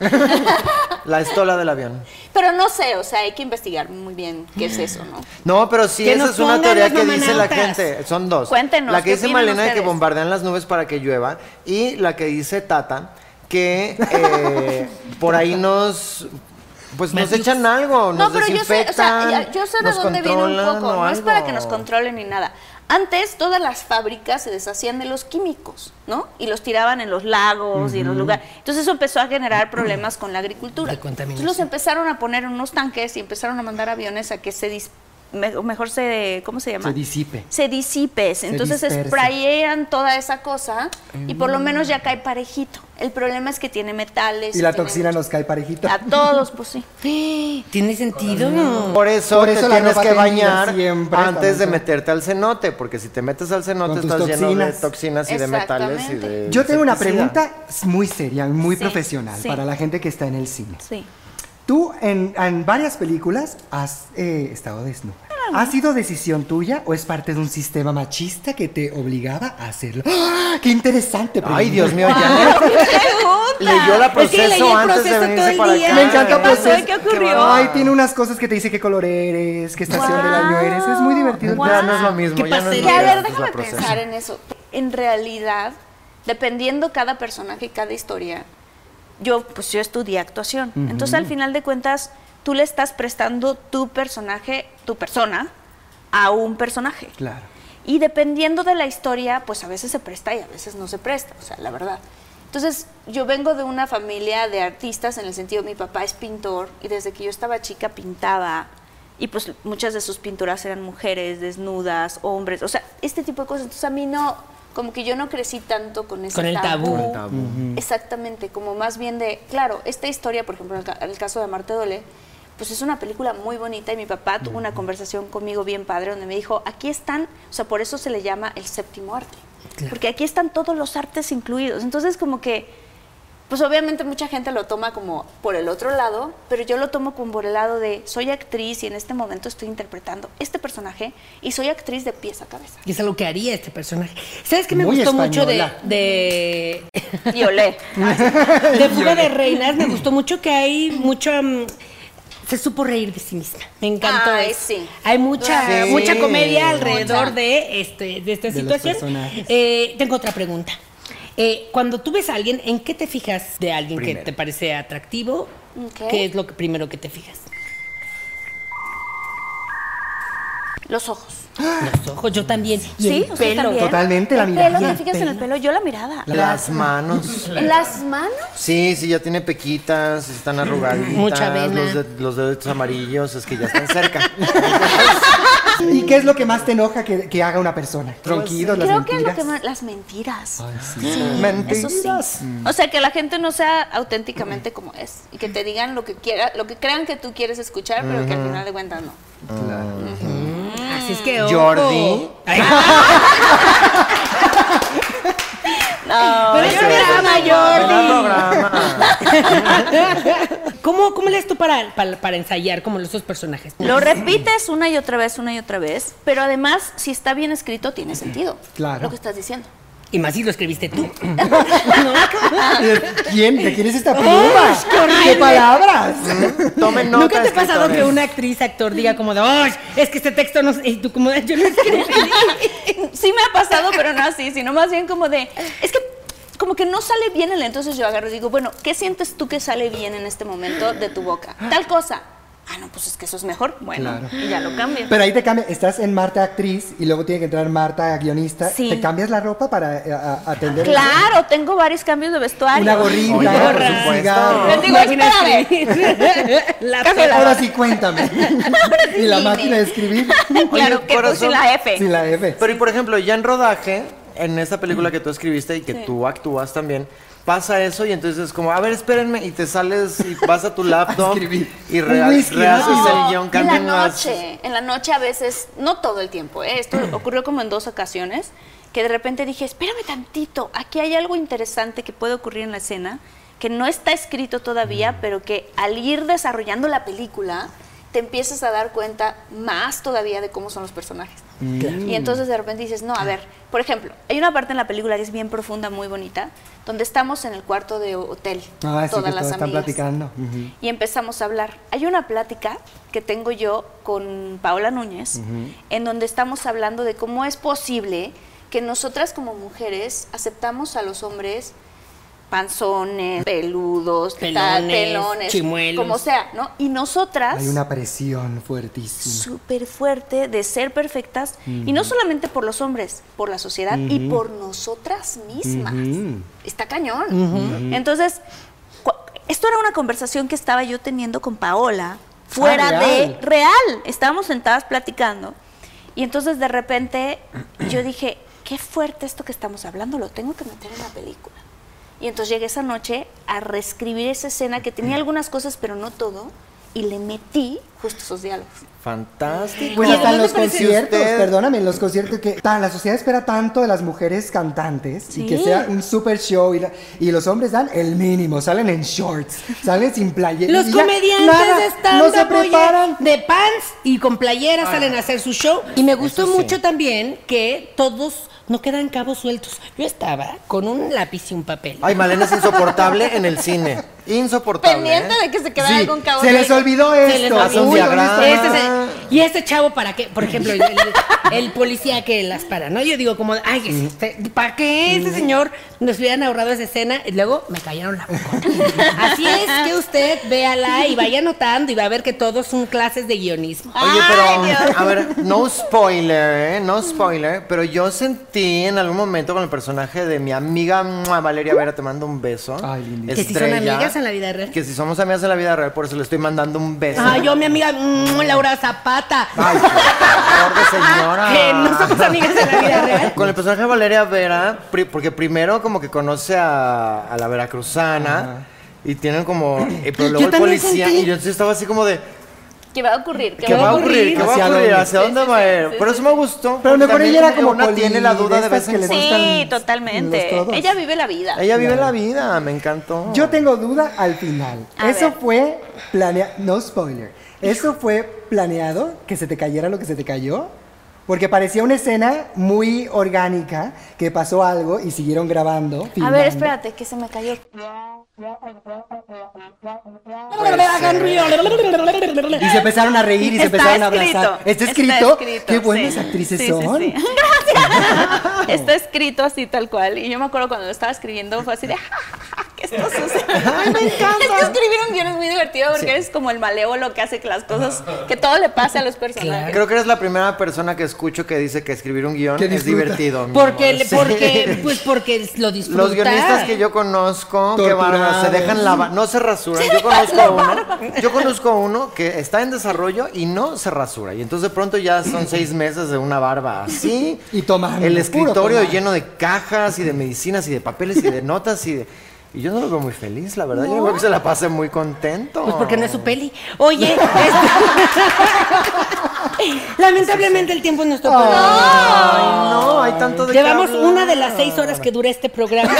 [SPEAKER 6] (laughs) La estola del avión.
[SPEAKER 4] Pero no sé, o sea, hay que investigar muy bien qué es eso, ¿no?
[SPEAKER 6] No, pero sí,
[SPEAKER 3] Que
[SPEAKER 6] esa
[SPEAKER 3] nos
[SPEAKER 6] es una
[SPEAKER 3] pongan
[SPEAKER 6] teoría
[SPEAKER 3] los
[SPEAKER 6] que dice la
[SPEAKER 3] mamanautas.
[SPEAKER 6] gente. Son dos.
[SPEAKER 4] Cuéntenos,
[SPEAKER 6] La
[SPEAKER 4] ¿qué
[SPEAKER 6] que dice
[SPEAKER 4] opinan
[SPEAKER 6] Malena de que
[SPEAKER 4] ustedes?
[SPEAKER 6] bombardean las nubes para que llueva. Y la que dice Tata, que eh, por ahí nos Pues nos echan algo,
[SPEAKER 4] no,
[SPEAKER 6] nos
[SPEAKER 4] pero yo sé, o sea,
[SPEAKER 6] desinfectan,
[SPEAKER 4] yo sé de
[SPEAKER 6] nos
[SPEAKER 4] dónde viene un
[SPEAKER 6] controlan
[SPEAKER 4] poco,
[SPEAKER 6] o
[SPEAKER 4] no es para
[SPEAKER 6] algo.
[SPEAKER 4] que nos controlen ni nada. Antes todas las fábricas se deshacían de los químicos, ¿no? Y los tiraban en los lagos y en los
[SPEAKER 3] Ujú.
[SPEAKER 4] lugares. Entonces eso empezó a generar problemas con la agricultura.
[SPEAKER 3] De contaminación.
[SPEAKER 4] Entonces los empezaron a poner en unos tanques y empezaron a mandar aviones a que se dis- me- o mejor se ¿cómo se llama?
[SPEAKER 6] Se disipe.
[SPEAKER 4] se disipe. Entonces
[SPEAKER 6] dispersa.
[SPEAKER 4] sprayean toda esa cosa y por lo
[SPEAKER 6] Mm.
[SPEAKER 4] menos ya cae parejito. El problema es que tiene metales.
[SPEAKER 1] Y la
[SPEAKER 4] tiene
[SPEAKER 1] toxina
[SPEAKER 4] mucho-
[SPEAKER 1] nos cae parejita.
[SPEAKER 4] A todos, pues sí.
[SPEAKER 3] ¿Tiene sentido?
[SPEAKER 6] Por eso,
[SPEAKER 1] Por eso
[SPEAKER 6] te
[SPEAKER 1] la
[SPEAKER 6] tienes
[SPEAKER 1] ropa
[SPEAKER 6] que
[SPEAKER 1] tenida
[SPEAKER 6] bañar
[SPEAKER 1] siempre,
[SPEAKER 6] antes de
[SPEAKER 1] Carlita.
[SPEAKER 6] meterte al cenote, porque si te metes al cenote
[SPEAKER 1] Con tus
[SPEAKER 6] estás lleno de
[SPEAKER 1] toxinas.
[SPEAKER 6] toxinas y de metales y de
[SPEAKER 1] Yo tengo una
[SPEAKER 6] insecticida.
[SPEAKER 1] pregunta muy seria, muy
[SPEAKER 4] Sí,
[SPEAKER 1] profesional
[SPEAKER 4] sí.
[SPEAKER 1] para la gente que está en el cine.
[SPEAKER 4] Sí.
[SPEAKER 1] Tú en, en varias películas has eh, estado desnuda. ¿Ha sido decisión tuya o es parte de un sistema machista que te obligaba a hacerlo? ¡Ah! ¡Qué interesante!
[SPEAKER 6] Ay,
[SPEAKER 1] pregunta!
[SPEAKER 6] Dios mío, ya
[SPEAKER 1] (laughs)
[SPEAKER 6] leyó la
[SPEAKER 3] Es que leí el
[SPEAKER 6] proceso antes de
[SPEAKER 3] proceso todo
[SPEAKER 6] venirse
[SPEAKER 3] el
[SPEAKER 6] para
[SPEAKER 3] día.
[SPEAKER 6] acá.
[SPEAKER 1] Me encanta pues,
[SPEAKER 4] ¿Qué
[SPEAKER 6] pues,
[SPEAKER 4] pasó?
[SPEAKER 1] proceso.
[SPEAKER 4] ¿Qué ocurrió?
[SPEAKER 1] Ay, tiene unas cosas que te dice qué color eres, qué
[SPEAKER 6] pues,
[SPEAKER 1] estación del año eres. Es muy divertido.
[SPEAKER 4] Guau.
[SPEAKER 6] Ya no es lo mismo,
[SPEAKER 3] ¿Qué
[SPEAKER 6] ya no es
[SPEAKER 3] pasaría?
[SPEAKER 4] Y
[SPEAKER 6] lo
[SPEAKER 4] a
[SPEAKER 6] mismo,
[SPEAKER 4] ver,
[SPEAKER 6] es la
[SPEAKER 4] déjame
[SPEAKER 6] proceso.
[SPEAKER 4] pensar en eso. En realidad, dependiendo cada personaje y cada historia, yo pues yo estudié actuación. Entonces, al final de cuentas, tú le estás prestando tu personaje, tu persona, a un personaje.
[SPEAKER 1] Claro.
[SPEAKER 4] Y dependiendo de la historia, pues a veces se presta y a veces no se presta, o sea, la verdad. Entonces, yo vengo de una familia de artistas en el sentido, mi papá es pintor y desde que yo estaba chica pintaba y pues muchas de sus pinturas eran mujeres, desnudas, hombres, o sea, este tipo de cosas. Entonces, a mí no, como que yo no crecí tanto con ese
[SPEAKER 3] Con el tabú.
[SPEAKER 6] Con el tabú.
[SPEAKER 4] Exactamente, como más bien de, claro, esta historia, por ejemplo, en el ca- en el caso de Marte Dole, pues es una película muy bonita y mi papá tuvo una conversación conmigo bien padre donde me dijo, aquí están, o sea, por eso se le llama el séptimo arte,
[SPEAKER 3] Claro.
[SPEAKER 4] porque aquí están todos los artes incluidos. Entonces, como que, pues obviamente mucha gente lo toma como por el otro lado, pero yo lo tomo como por el lado de, soy actriz y en este momento estoy interpretando este personaje y soy actriz de pies a cabeza.
[SPEAKER 3] Y es algo que haría este personaje. ¿Sabes qué me
[SPEAKER 1] Muy
[SPEAKER 3] gustó mucho de,
[SPEAKER 1] española.
[SPEAKER 3] de,
[SPEAKER 4] Y olé.
[SPEAKER 1] (laughs)
[SPEAKER 3] de Fuga de Reinas?
[SPEAKER 1] (clears throat)
[SPEAKER 3] Me gustó mucho que hay mucho... mm, se supo reír de sí misma. Me encantó
[SPEAKER 4] Ay,
[SPEAKER 3] eso.
[SPEAKER 4] sí.
[SPEAKER 3] Hay mucha,
[SPEAKER 6] Sí.
[SPEAKER 3] mucha comedia alrededor
[SPEAKER 4] Mucha.
[SPEAKER 3] de, este, de esta
[SPEAKER 1] De los
[SPEAKER 3] situación.
[SPEAKER 1] personajes.
[SPEAKER 3] Eh, tengo otra pregunta. Eh, cuando tú ves a alguien, ¿en qué te fijas de alguien que te parece atractivo?
[SPEAKER 4] Ok.
[SPEAKER 3] ¿Qué es lo que primero que te fijas?
[SPEAKER 4] Los ojos.
[SPEAKER 3] Los ojos, yo también. Y
[SPEAKER 4] Sí,
[SPEAKER 3] el
[SPEAKER 4] ustedes
[SPEAKER 3] pelo.
[SPEAKER 4] también.
[SPEAKER 1] Totalmente, la
[SPEAKER 4] El
[SPEAKER 1] mirada,
[SPEAKER 4] pelo,
[SPEAKER 1] el
[SPEAKER 4] ¿te fijas en el
[SPEAKER 1] pelo.
[SPEAKER 4] pelo? Yo la mirada.
[SPEAKER 6] Las (laughs) manos.
[SPEAKER 4] ¿En las manos?
[SPEAKER 6] Sí, sí, ya tiene pequitas, están arrugaditas.
[SPEAKER 3] Mucha vena.
[SPEAKER 6] Los, de- los dedos amarillos, es que ya están
[SPEAKER 1] (laughs)
[SPEAKER 6] cerca.
[SPEAKER 1] ¿Y qué es lo que más te enoja que, que haga una persona? Ronquidos, las
[SPEAKER 4] Creo que es
[SPEAKER 1] mentiras.
[SPEAKER 4] lo que más... Las mentiras. Eso
[SPEAKER 6] Mentiras.
[SPEAKER 4] sí. O sea, que la gente no sea auténticamente como es. Y que te digan lo que quiera, lo que crean que tú quieres escuchar, pero que al final de cuentas no.
[SPEAKER 3] Así es que ojo.
[SPEAKER 6] Jordi.
[SPEAKER 3] Ay,
[SPEAKER 4] No,
[SPEAKER 3] pero eso me ama,
[SPEAKER 6] Ven al
[SPEAKER 3] Jordi.
[SPEAKER 6] Este, programa.
[SPEAKER 3] (laughs) ¿Cómo, ¿Cómo le es tú para, para, para ensayar como los dos personajes?
[SPEAKER 4] Lo repites una y otra vez, una y otra vez, pero además, si está bien escrito, tiene sentido.
[SPEAKER 1] Claro.
[SPEAKER 4] Lo que estás diciendo.
[SPEAKER 3] Y más si lo escribiste tú. (laughs)
[SPEAKER 1] ¿De (laughs) quién? ¿De quién es esta pluma? ¡Qué palabras!
[SPEAKER 6] Tomen nota.
[SPEAKER 3] ¿Nunca te ha pasado que
[SPEAKER 6] escritores.
[SPEAKER 3] una actriz, actor diga como de, "Ay, es que este texto no sé", y tú como de, yo lo escribí?
[SPEAKER 4] (laughs) Sí me ha pasado, pero no así, sino más bien como de, es que como que no sale bien el entonces yo agarro y digo, bueno, ¿qué sientes tú que sale bien en este momento de tu boca? Tal cosa. Ah, no, pues es que eso es mejor. Bueno, y ya lo cambio.
[SPEAKER 1] Pero ahí te cambia, estás en Marta actriz y luego tiene que entrar Marta guionista.
[SPEAKER 4] Sí.
[SPEAKER 1] ¿Te cambias la ropa para eh, a- a- atender? el-
[SPEAKER 4] claro, tengo varios cambios de vestuario.
[SPEAKER 1] Una gorrita,
[SPEAKER 6] Oye, por
[SPEAKER 1] un
[SPEAKER 6] supuesto.
[SPEAKER 1] cigarro.
[SPEAKER 4] Les digo,
[SPEAKER 3] Máquina de
[SPEAKER 4] espérame.
[SPEAKER 3] escribir. (laughs) La
[SPEAKER 4] Cámbiala.
[SPEAKER 3] pela.
[SPEAKER 1] Ahora sí, cuéntame. (laughs) y la máquina de
[SPEAKER 4] (laughs)
[SPEAKER 1] escribir
[SPEAKER 4] Claro que puse
[SPEAKER 6] corazón.
[SPEAKER 4] la F.
[SPEAKER 1] sin la F.
[SPEAKER 6] Pero y por ejemplo, ya en rodaje, en esta película que tú escribiste y que tú actúas también, pasa eso y entonces es como, a ver, espérenme, y te sales y
[SPEAKER 1] (laughs)
[SPEAKER 6] vas a tu laptop
[SPEAKER 1] escribir.
[SPEAKER 6] y
[SPEAKER 1] Un
[SPEAKER 6] rea-
[SPEAKER 1] whisky,
[SPEAKER 6] rehaces
[SPEAKER 1] ¿no?
[SPEAKER 6] el
[SPEAKER 4] en
[SPEAKER 6] guión,
[SPEAKER 4] la
[SPEAKER 6] cambian las-
[SPEAKER 4] noche, en la noche a veces, no todo el tiempo,
[SPEAKER 1] (clears throat)
[SPEAKER 4] ¿eh? esto ocurrió como en dos ocasiones, que de repente dije, espérame tantito, aquí hay algo interesante que puede ocurrir en la escena, que no está escrito
[SPEAKER 1] Mm.
[SPEAKER 4] todavía, pero que al ir desarrollando la película, te empiezas a dar cuenta más todavía de cómo son los personajes.
[SPEAKER 1] Mm.
[SPEAKER 4] Y entonces de repente dices, no, a ver, por ejemplo, hay una parte en la película que es bien profunda, muy bonita, donde estamos en el cuarto de hotel,
[SPEAKER 1] Ah, sí,
[SPEAKER 4] todas
[SPEAKER 1] que
[SPEAKER 4] las
[SPEAKER 1] todos están
[SPEAKER 4] amigas
[SPEAKER 1] platicando. Ujú.
[SPEAKER 4] y empezamos a hablar. Hay una plática que tengo yo con Paola Núñez, en donde estamos hablando de cómo es posible que nosotras como mujeres aceptamos a los hombres panzones, peludos, tal,
[SPEAKER 3] Pelones,
[SPEAKER 4] pelones,
[SPEAKER 3] chimuelos.
[SPEAKER 4] como sea, ¿no? Y nosotras
[SPEAKER 1] Hay una presión fuertísima.
[SPEAKER 4] súper fuerte de ser perfectas y no solamente por los hombres, por la sociedad y por nosotras mismas. Está cañón. Entonces, cu- esto era una conversación que estaba yo teniendo con Paola fuera
[SPEAKER 1] Ah,
[SPEAKER 4] de
[SPEAKER 1] real.
[SPEAKER 4] real. Estábamos sentadas platicando y entonces de repente yo dije, qué fuerte esto que estamos hablando, lo tengo que meter en la película. Y entonces llegué esa noche a reescribir esa escena que tenía algunas cosas, pero no todo, y le metí justo esos diálogos.
[SPEAKER 6] Fantástico.
[SPEAKER 1] Pues
[SPEAKER 3] ¿Y
[SPEAKER 1] hasta en
[SPEAKER 3] dónde
[SPEAKER 1] los
[SPEAKER 3] aparece
[SPEAKER 1] conciertos,
[SPEAKER 6] usted?
[SPEAKER 1] perdóname, en los conciertos que tan, la sociedad espera tanto de las mujeres cantantes y que
[SPEAKER 4] Sí.
[SPEAKER 1] sea un super show y, la- y los hombres dan el mínimo, salen en shorts, salen sin playera.
[SPEAKER 3] Los
[SPEAKER 1] y ya,
[SPEAKER 3] comediantes
[SPEAKER 1] nada,
[SPEAKER 3] están
[SPEAKER 1] no se preparan. Ah,
[SPEAKER 3] de pants y con playera salen a hacer su show. Y me gustó mucho también que todos no quedan cabos sueltos. Yo estaba con un lápiz y un papel.
[SPEAKER 6] Ay, Malena es insoportable en el cine. Insoportable.
[SPEAKER 4] Pendiente
[SPEAKER 6] ¿eh?
[SPEAKER 4] de que se quedara
[SPEAKER 1] Sí,
[SPEAKER 4] con cabo.
[SPEAKER 1] se les olvidó
[SPEAKER 3] Se les
[SPEAKER 1] esto.
[SPEAKER 3] va
[SPEAKER 6] hace un
[SPEAKER 1] Uy,
[SPEAKER 6] diagrama.
[SPEAKER 1] ¿dónde
[SPEAKER 3] Este
[SPEAKER 1] está?
[SPEAKER 3] es el- y este chavo para qué, por ejemplo, el, el- el policía que las para, ¿no? Yo digo como, ay, este, ¿para qué este señor nos hubieran ahorrado esa escena? Y luego me callaron la boca. Así es que usted véala y vaya anotando y va a ver que todos son clases de guionismo.
[SPEAKER 6] Oye, pero a ver, no spoiler, ¿eh? No spoiler, pero yo sentí en algún momento con el personaje de mi amiga mua, Valeria Vera, te mando un beso.
[SPEAKER 1] Ay, lindísima.
[SPEAKER 3] Que si son amigas en la vida real.
[SPEAKER 6] Que si somos amigas en la vida real, por eso le estoy mandando un beso.
[SPEAKER 3] Ah, yo, mi amiga mm, Laura Zapata.
[SPEAKER 6] Ay, por favor de señora.
[SPEAKER 3] (laughs) Que no somos amigas en la
[SPEAKER 6] (laughs)
[SPEAKER 3] vida real.
[SPEAKER 6] Con el personaje de Valeria Vera, pri- porque primero como que conoce a, a la veracruzana y tienen como... eh, pero luego
[SPEAKER 3] Yo
[SPEAKER 6] el
[SPEAKER 3] también
[SPEAKER 6] policía
[SPEAKER 3] sentí.
[SPEAKER 6] y yo entonces estaba así como de...
[SPEAKER 4] ¿Qué va a ocurrir?
[SPEAKER 6] ¿Qué va a ocurrir? ¿Qué va
[SPEAKER 1] ¿Hacia
[SPEAKER 6] a ocurrir?
[SPEAKER 1] dónde?
[SPEAKER 6] ¿Hacia dónde va a ir? Por eso me gustó.
[SPEAKER 1] Pero
[SPEAKER 6] porque
[SPEAKER 1] mejor
[SPEAKER 6] también
[SPEAKER 1] ella era
[SPEAKER 6] que
[SPEAKER 1] como
[SPEAKER 6] Una
[SPEAKER 1] Poli,
[SPEAKER 6] tiene la duda de
[SPEAKER 1] estas
[SPEAKER 6] vez
[SPEAKER 1] que
[SPEAKER 6] en
[SPEAKER 1] le
[SPEAKER 6] cuando.
[SPEAKER 4] Sí,
[SPEAKER 1] gustan los
[SPEAKER 4] totalmente.
[SPEAKER 1] todos.
[SPEAKER 4] Ella vive la vida.
[SPEAKER 6] Ella vive la vida, me encantó.
[SPEAKER 1] Yo tengo duda al final.
[SPEAKER 4] A
[SPEAKER 1] Eso
[SPEAKER 4] ver.
[SPEAKER 1] fue planeado. No spoiler. ¿Eso fue planeado que se te cayera lo que se te cayó? Porque parecía una escena muy orgánica, que pasó algo y siguieron grabando.
[SPEAKER 4] A
[SPEAKER 1] filmando.
[SPEAKER 4] ver, espérate, que se me cayó.
[SPEAKER 6] Pues
[SPEAKER 1] Y se empezaron a reír y se
[SPEAKER 4] Está
[SPEAKER 1] empezaron a
[SPEAKER 4] escrito,
[SPEAKER 1] abrazar. ¿Está
[SPEAKER 4] está
[SPEAKER 1] escrito?
[SPEAKER 4] escrito,
[SPEAKER 1] Qué buenas
[SPEAKER 4] sí.
[SPEAKER 1] actrices
[SPEAKER 4] Sí, sí,
[SPEAKER 1] son. (laughs)
[SPEAKER 4] sí. (laughs) Gracias. Está escrito así tal cual. Y yo me acuerdo cuando lo estaba escribiendo, fue así de. (laughs) "Ja, ja, ja, que esto sucede. me encanta. Es que escribir un guión es muy divertido porque eres como el maleolo que hace que las cosas, que todo le pase a los personajes.
[SPEAKER 6] Creo que eres la primera persona que escucho que dice que escribir un guión
[SPEAKER 1] Que
[SPEAKER 6] es
[SPEAKER 1] disfruta.
[SPEAKER 6] divertido. mi
[SPEAKER 3] Porque,
[SPEAKER 6] amor.
[SPEAKER 3] le-
[SPEAKER 6] Sí.
[SPEAKER 3] porque, pues porque lo disfrutan.
[SPEAKER 6] Los guionistas que yo conozco, que
[SPEAKER 1] Torturados.
[SPEAKER 6] van, se dejan lavar, no se rasuran. Yo conozco a uno, yo conozco a uno que está en desarrollo y no se rasura. Y entonces de pronto ya son seis meses de una barba así.
[SPEAKER 1] Y tomando,
[SPEAKER 6] El
[SPEAKER 1] puro
[SPEAKER 6] escritorio
[SPEAKER 1] tomando.
[SPEAKER 6] lleno de cajas y de medicinas y de papeles y de notas y de. Y yo no lo veo muy feliz, la verdad. Yo lo veo que se la pase muy contento.
[SPEAKER 3] Pues porque no es su peli. (laughs) Oye, este- lamentablemente el tiempo nos tocó.
[SPEAKER 6] Ay, no, hay tanto de qué
[SPEAKER 3] Llevamos
[SPEAKER 6] hablar.
[SPEAKER 3] una de las seis horas que dura este (laughs) programa.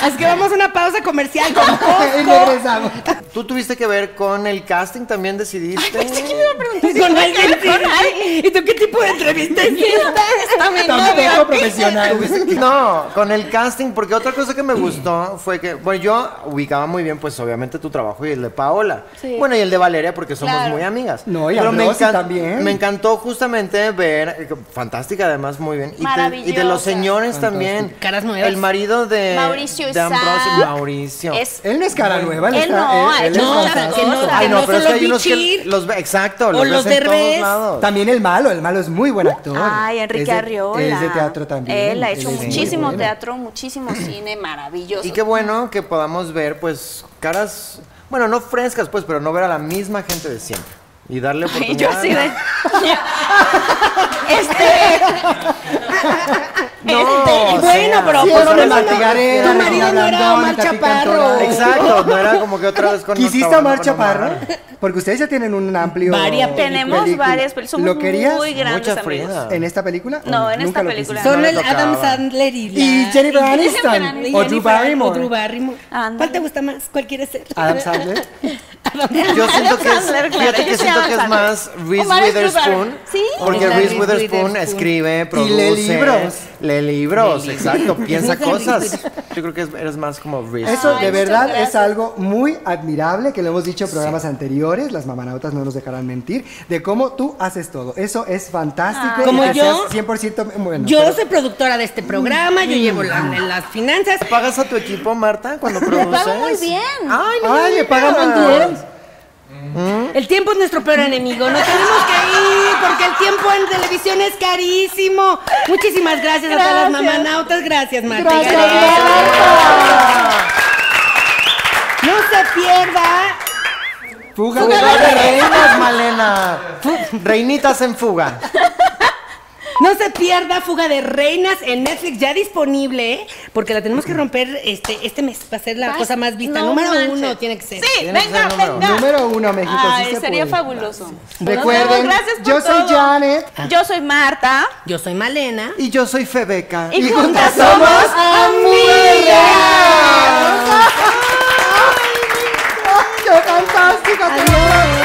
[SPEAKER 3] Así que vamos a una pausa comercial con
[SPEAKER 1] y regresamos.
[SPEAKER 6] Tú tuviste que ver con el casting, también decidiste.
[SPEAKER 3] pues, Con alguien sí. ¿Y tú qué tipo de entrevista es esta?
[SPEAKER 1] Tampoco profesional.
[SPEAKER 6] (laughs) No, con el casting, porque otra cosa que me gustó fue que, bueno, yo ubicaba muy bien, pues obviamente tu trabajo y el de Paola.
[SPEAKER 4] Sí.
[SPEAKER 6] Bueno, y el de Valeria, porque somos
[SPEAKER 4] Claro.
[SPEAKER 6] muy amigas.
[SPEAKER 1] No, y a
[SPEAKER 6] me,
[SPEAKER 1] Rosy también.
[SPEAKER 6] me encantó justamente ver, eh, fantástica además, muy bien. Y, te- y de los
[SPEAKER 4] Maravillosa.
[SPEAKER 6] señores también.
[SPEAKER 3] Fantástica. Caras nuevas.
[SPEAKER 6] El marido de,
[SPEAKER 4] Mauricio
[SPEAKER 6] de Ambrosio.
[SPEAKER 4] Isaac.
[SPEAKER 6] Mauricio.
[SPEAKER 4] Es
[SPEAKER 1] Él no es cara nueva. Él,
[SPEAKER 4] Él
[SPEAKER 1] está-
[SPEAKER 4] no,
[SPEAKER 1] él- él
[SPEAKER 4] él
[SPEAKER 1] es
[SPEAKER 3] no,
[SPEAKER 1] fantástico.
[SPEAKER 3] que no-
[SPEAKER 6] Ay, no, pero es que
[SPEAKER 3] solo
[SPEAKER 6] hay unos que
[SPEAKER 3] Bichir.
[SPEAKER 6] los ve- exacto,
[SPEAKER 3] O
[SPEAKER 6] los,
[SPEAKER 3] los
[SPEAKER 6] ves en todos
[SPEAKER 3] Derbez.
[SPEAKER 6] lados.
[SPEAKER 1] También el malo, el malo es muy buen actor.
[SPEAKER 4] Ay, Enrique
[SPEAKER 1] Es de-
[SPEAKER 4] Arriola.
[SPEAKER 1] Es de teatro también.
[SPEAKER 4] Él ha hecho
[SPEAKER 1] es muy
[SPEAKER 4] muchísimo
[SPEAKER 1] bueno.
[SPEAKER 4] teatro, muchísimo cine, maravilloso.
[SPEAKER 6] Y qué bueno que podamos ver, pues, caras, bueno, no frescas, pues, pero no ver a la misma gente de siempre. Y darle
[SPEAKER 4] Y
[SPEAKER 6] oportunidad.
[SPEAKER 4] yo
[SPEAKER 1] (laughs)
[SPEAKER 4] así de. este.
[SPEAKER 6] No, o
[SPEAKER 3] Bueno,
[SPEAKER 6] sea,
[SPEAKER 3] pero
[SPEAKER 1] sí,
[SPEAKER 3] pues
[SPEAKER 1] no
[SPEAKER 3] no,
[SPEAKER 1] me
[SPEAKER 3] no,
[SPEAKER 1] martigaré,
[SPEAKER 3] tu
[SPEAKER 1] no me
[SPEAKER 3] marido no era
[SPEAKER 1] abandona,
[SPEAKER 3] Omar
[SPEAKER 1] Katy
[SPEAKER 3] Chaparro.
[SPEAKER 1] Cantora.
[SPEAKER 6] Exacto, no era como que otra vez con
[SPEAKER 1] ¿Quisiste
[SPEAKER 6] Octavio,
[SPEAKER 1] amar
[SPEAKER 6] con
[SPEAKER 1] Chaparro?
[SPEAKER 6] Omar.
[SPEAKER 1] Porque ustedes ya tienen un amplio.
[SPEAKER 3] Varias
[SPEAKER 4] Tenemos
[SPEAKER 1] película.
[SPEAKER 4] varias, pero somos
[SPEAKER 1] ¿Lo querías
[SPEAKER 4] muy grandes
[SPEAKER 6] Mucha
[SPEAKER 4] amigos.
[SPEAKER 6] friega.
[SPEAKER 1] en esta película?
[SPEAKER 4] No,
[SPEAKER 1] ¿O
[SPEAKER 4] en esta
[SPEAKER 1] nunca lo
[SPEAKER 4] película.
[SPEAKER 1] quisiste?
[SPEAKER 3] Son
[SPEAKER 6] No
[SPEAKER 3] el
[SPEAKER 6] le
[SPEAKER 3] Adam
[SPEAKER 6] tocaba.
[SPEAKER 3] Sandler y, la-
[SPEAKER 1] Y Jennifer
[SPEAKER 4] Jennifer
[SPEAKER 1] Aniston.
[SPEAKER 4] Aniston.
[SPEAKER 1] O Drew
[SPEAKER 3] Jennifer- o
[SPEAKER 1] Barrymore.
[SPEAKER 3] Drew Barrymore. (laughs)
[SPEAKER 4] Ándale.
[SPEAKER 3] ¿Cuál te gusta más? ¿Cuál quieres ser?
[SPEAKER 1] Adam Sandler.
[SPEAKER 6] Yo siento que es,
[SPEAKER 4] Alexander, claro,
[SPEAKER 6] fíjate
[SPEAKER 4] yo
[SPEAKER 6] que
[SPEAKER 4] soy
[SPEAKER 6] siento que es
[SPEAKER 4] Alexander.
[SPEAKER 6] más Reese
[SPEAKER 4] Omar
[SPEAKER 6] Witherspoon.
[SPEAKER 4] Escobar. Sí.
[SPEAKER 6] Porque
[SPEAKER 3] Es la
[SPEAKER 6] Reese
[SPEAKER 3] Reese
[SPEAKER 6] Witherspoon
[SPEAKER 3] Witherspoon.
[SPEAKER 6] escribe, produce.
[SPEAKER 1] lee libros.
[SPEAKER 6] Lee libros, exacto. Piensa
[SPEAKER 3] Reese
[SPEAKER 6] cosas. Yo creo que es- eres más como Reese.
[SPEAKER 1] Eso de
[SPEAKER 4] muchas
[SPEAKER 1] verdad
[SPEAKER 4] gracias.
[SPEAKER 1] es algo muy admirable, que lo hemos dicho en programas anteriores, las mamanautas no nos dejarán mentir, de cómo tú haces todo. Eso es fantástico. y
[SPEAKER 3] Ah. Como
[SPEAKER 1] que
[SPEAKER 3] yo,
[SPEAKER 1] seas 100% bueno.
[SPEAKER 3] Yo
[SPEAKER 1] pero-
[SPEAKER 3] soy productora de este programa, yo llevo la- las finanzas.
[SPEAKER 6] ¿Pagas a tu equipo, Marta, cuando produces?
[SPEAKER 4] pago muy bien.
[SPEAKER 6] Ay,
[SPEAKER 1] ¡Ay, le pagan muy bien!
[SPEAKER 3] El tiempo es nuestro peor enemigo, no tenemos que ir porque el tiempo en televisión es carísimo. Muchísimas gracias, a todas las mamanautas, gracias Marta.
[SPEAKER 1] Gracias,
[SPEAKER 3] No se pierda
[SPEAKER 1] Fuga de
[SPEAKER 6] Fuga de reinas, Malena. Reinitas en fuga.
[SPEAKER 4] (laughs)
[SPEAKER 3] No se pierda Fuga de Reinas en Netflix, ya disponible, ¿eh? porque la tenemos que romper este, este mes. Va a ser la
[SPEAKER 4] Ay,
[SPEAKER 3] cosa más vista.
[SPEAKER 4] no
[SPEAKER 3] Número
[SPEAKER 4] manches.
[SPEAKER 3] uno tiene que ser.
[SPEAKER 4] Sí,
[SPEAKER 6] Tiene que
[SPEAKER 4] venga,
[SPEAKER 6] ser número
[SPEAKER 4] venga.
[SPEAKER 1] Número uno, México. sí
[SPEAKER 4] Ay,
[SPEAKER 1] se
[SPEAKER 4] sería
[SPEAKER 1] puede.
[SPEAKER 4] fabuloso.
[SPEAKER 1] Recuerden,
[SPEAKER 4] Nos vemos, gracias por
[SPEAKER 1] yo soy
[SPEAKER 4] todo.
[SPEAKER 1] Janet.
[SPEAKER 4] Yo soy Marta.
[SPEAKER 3] Yo soy Malena.
[SPEAKER 6] Y yo soy Febeca.
[SPEAKER 4] Y
[SPEAKER 1] juntas
[SPEAKER 4] juntas
[SPEAKER 1] somos
[SPEAKER 4] somos
[SPEAKER 1] amigas.
[SPEAKER 4] amigas.
[SPEAKER 1] ¡Qué fantástico! te amo.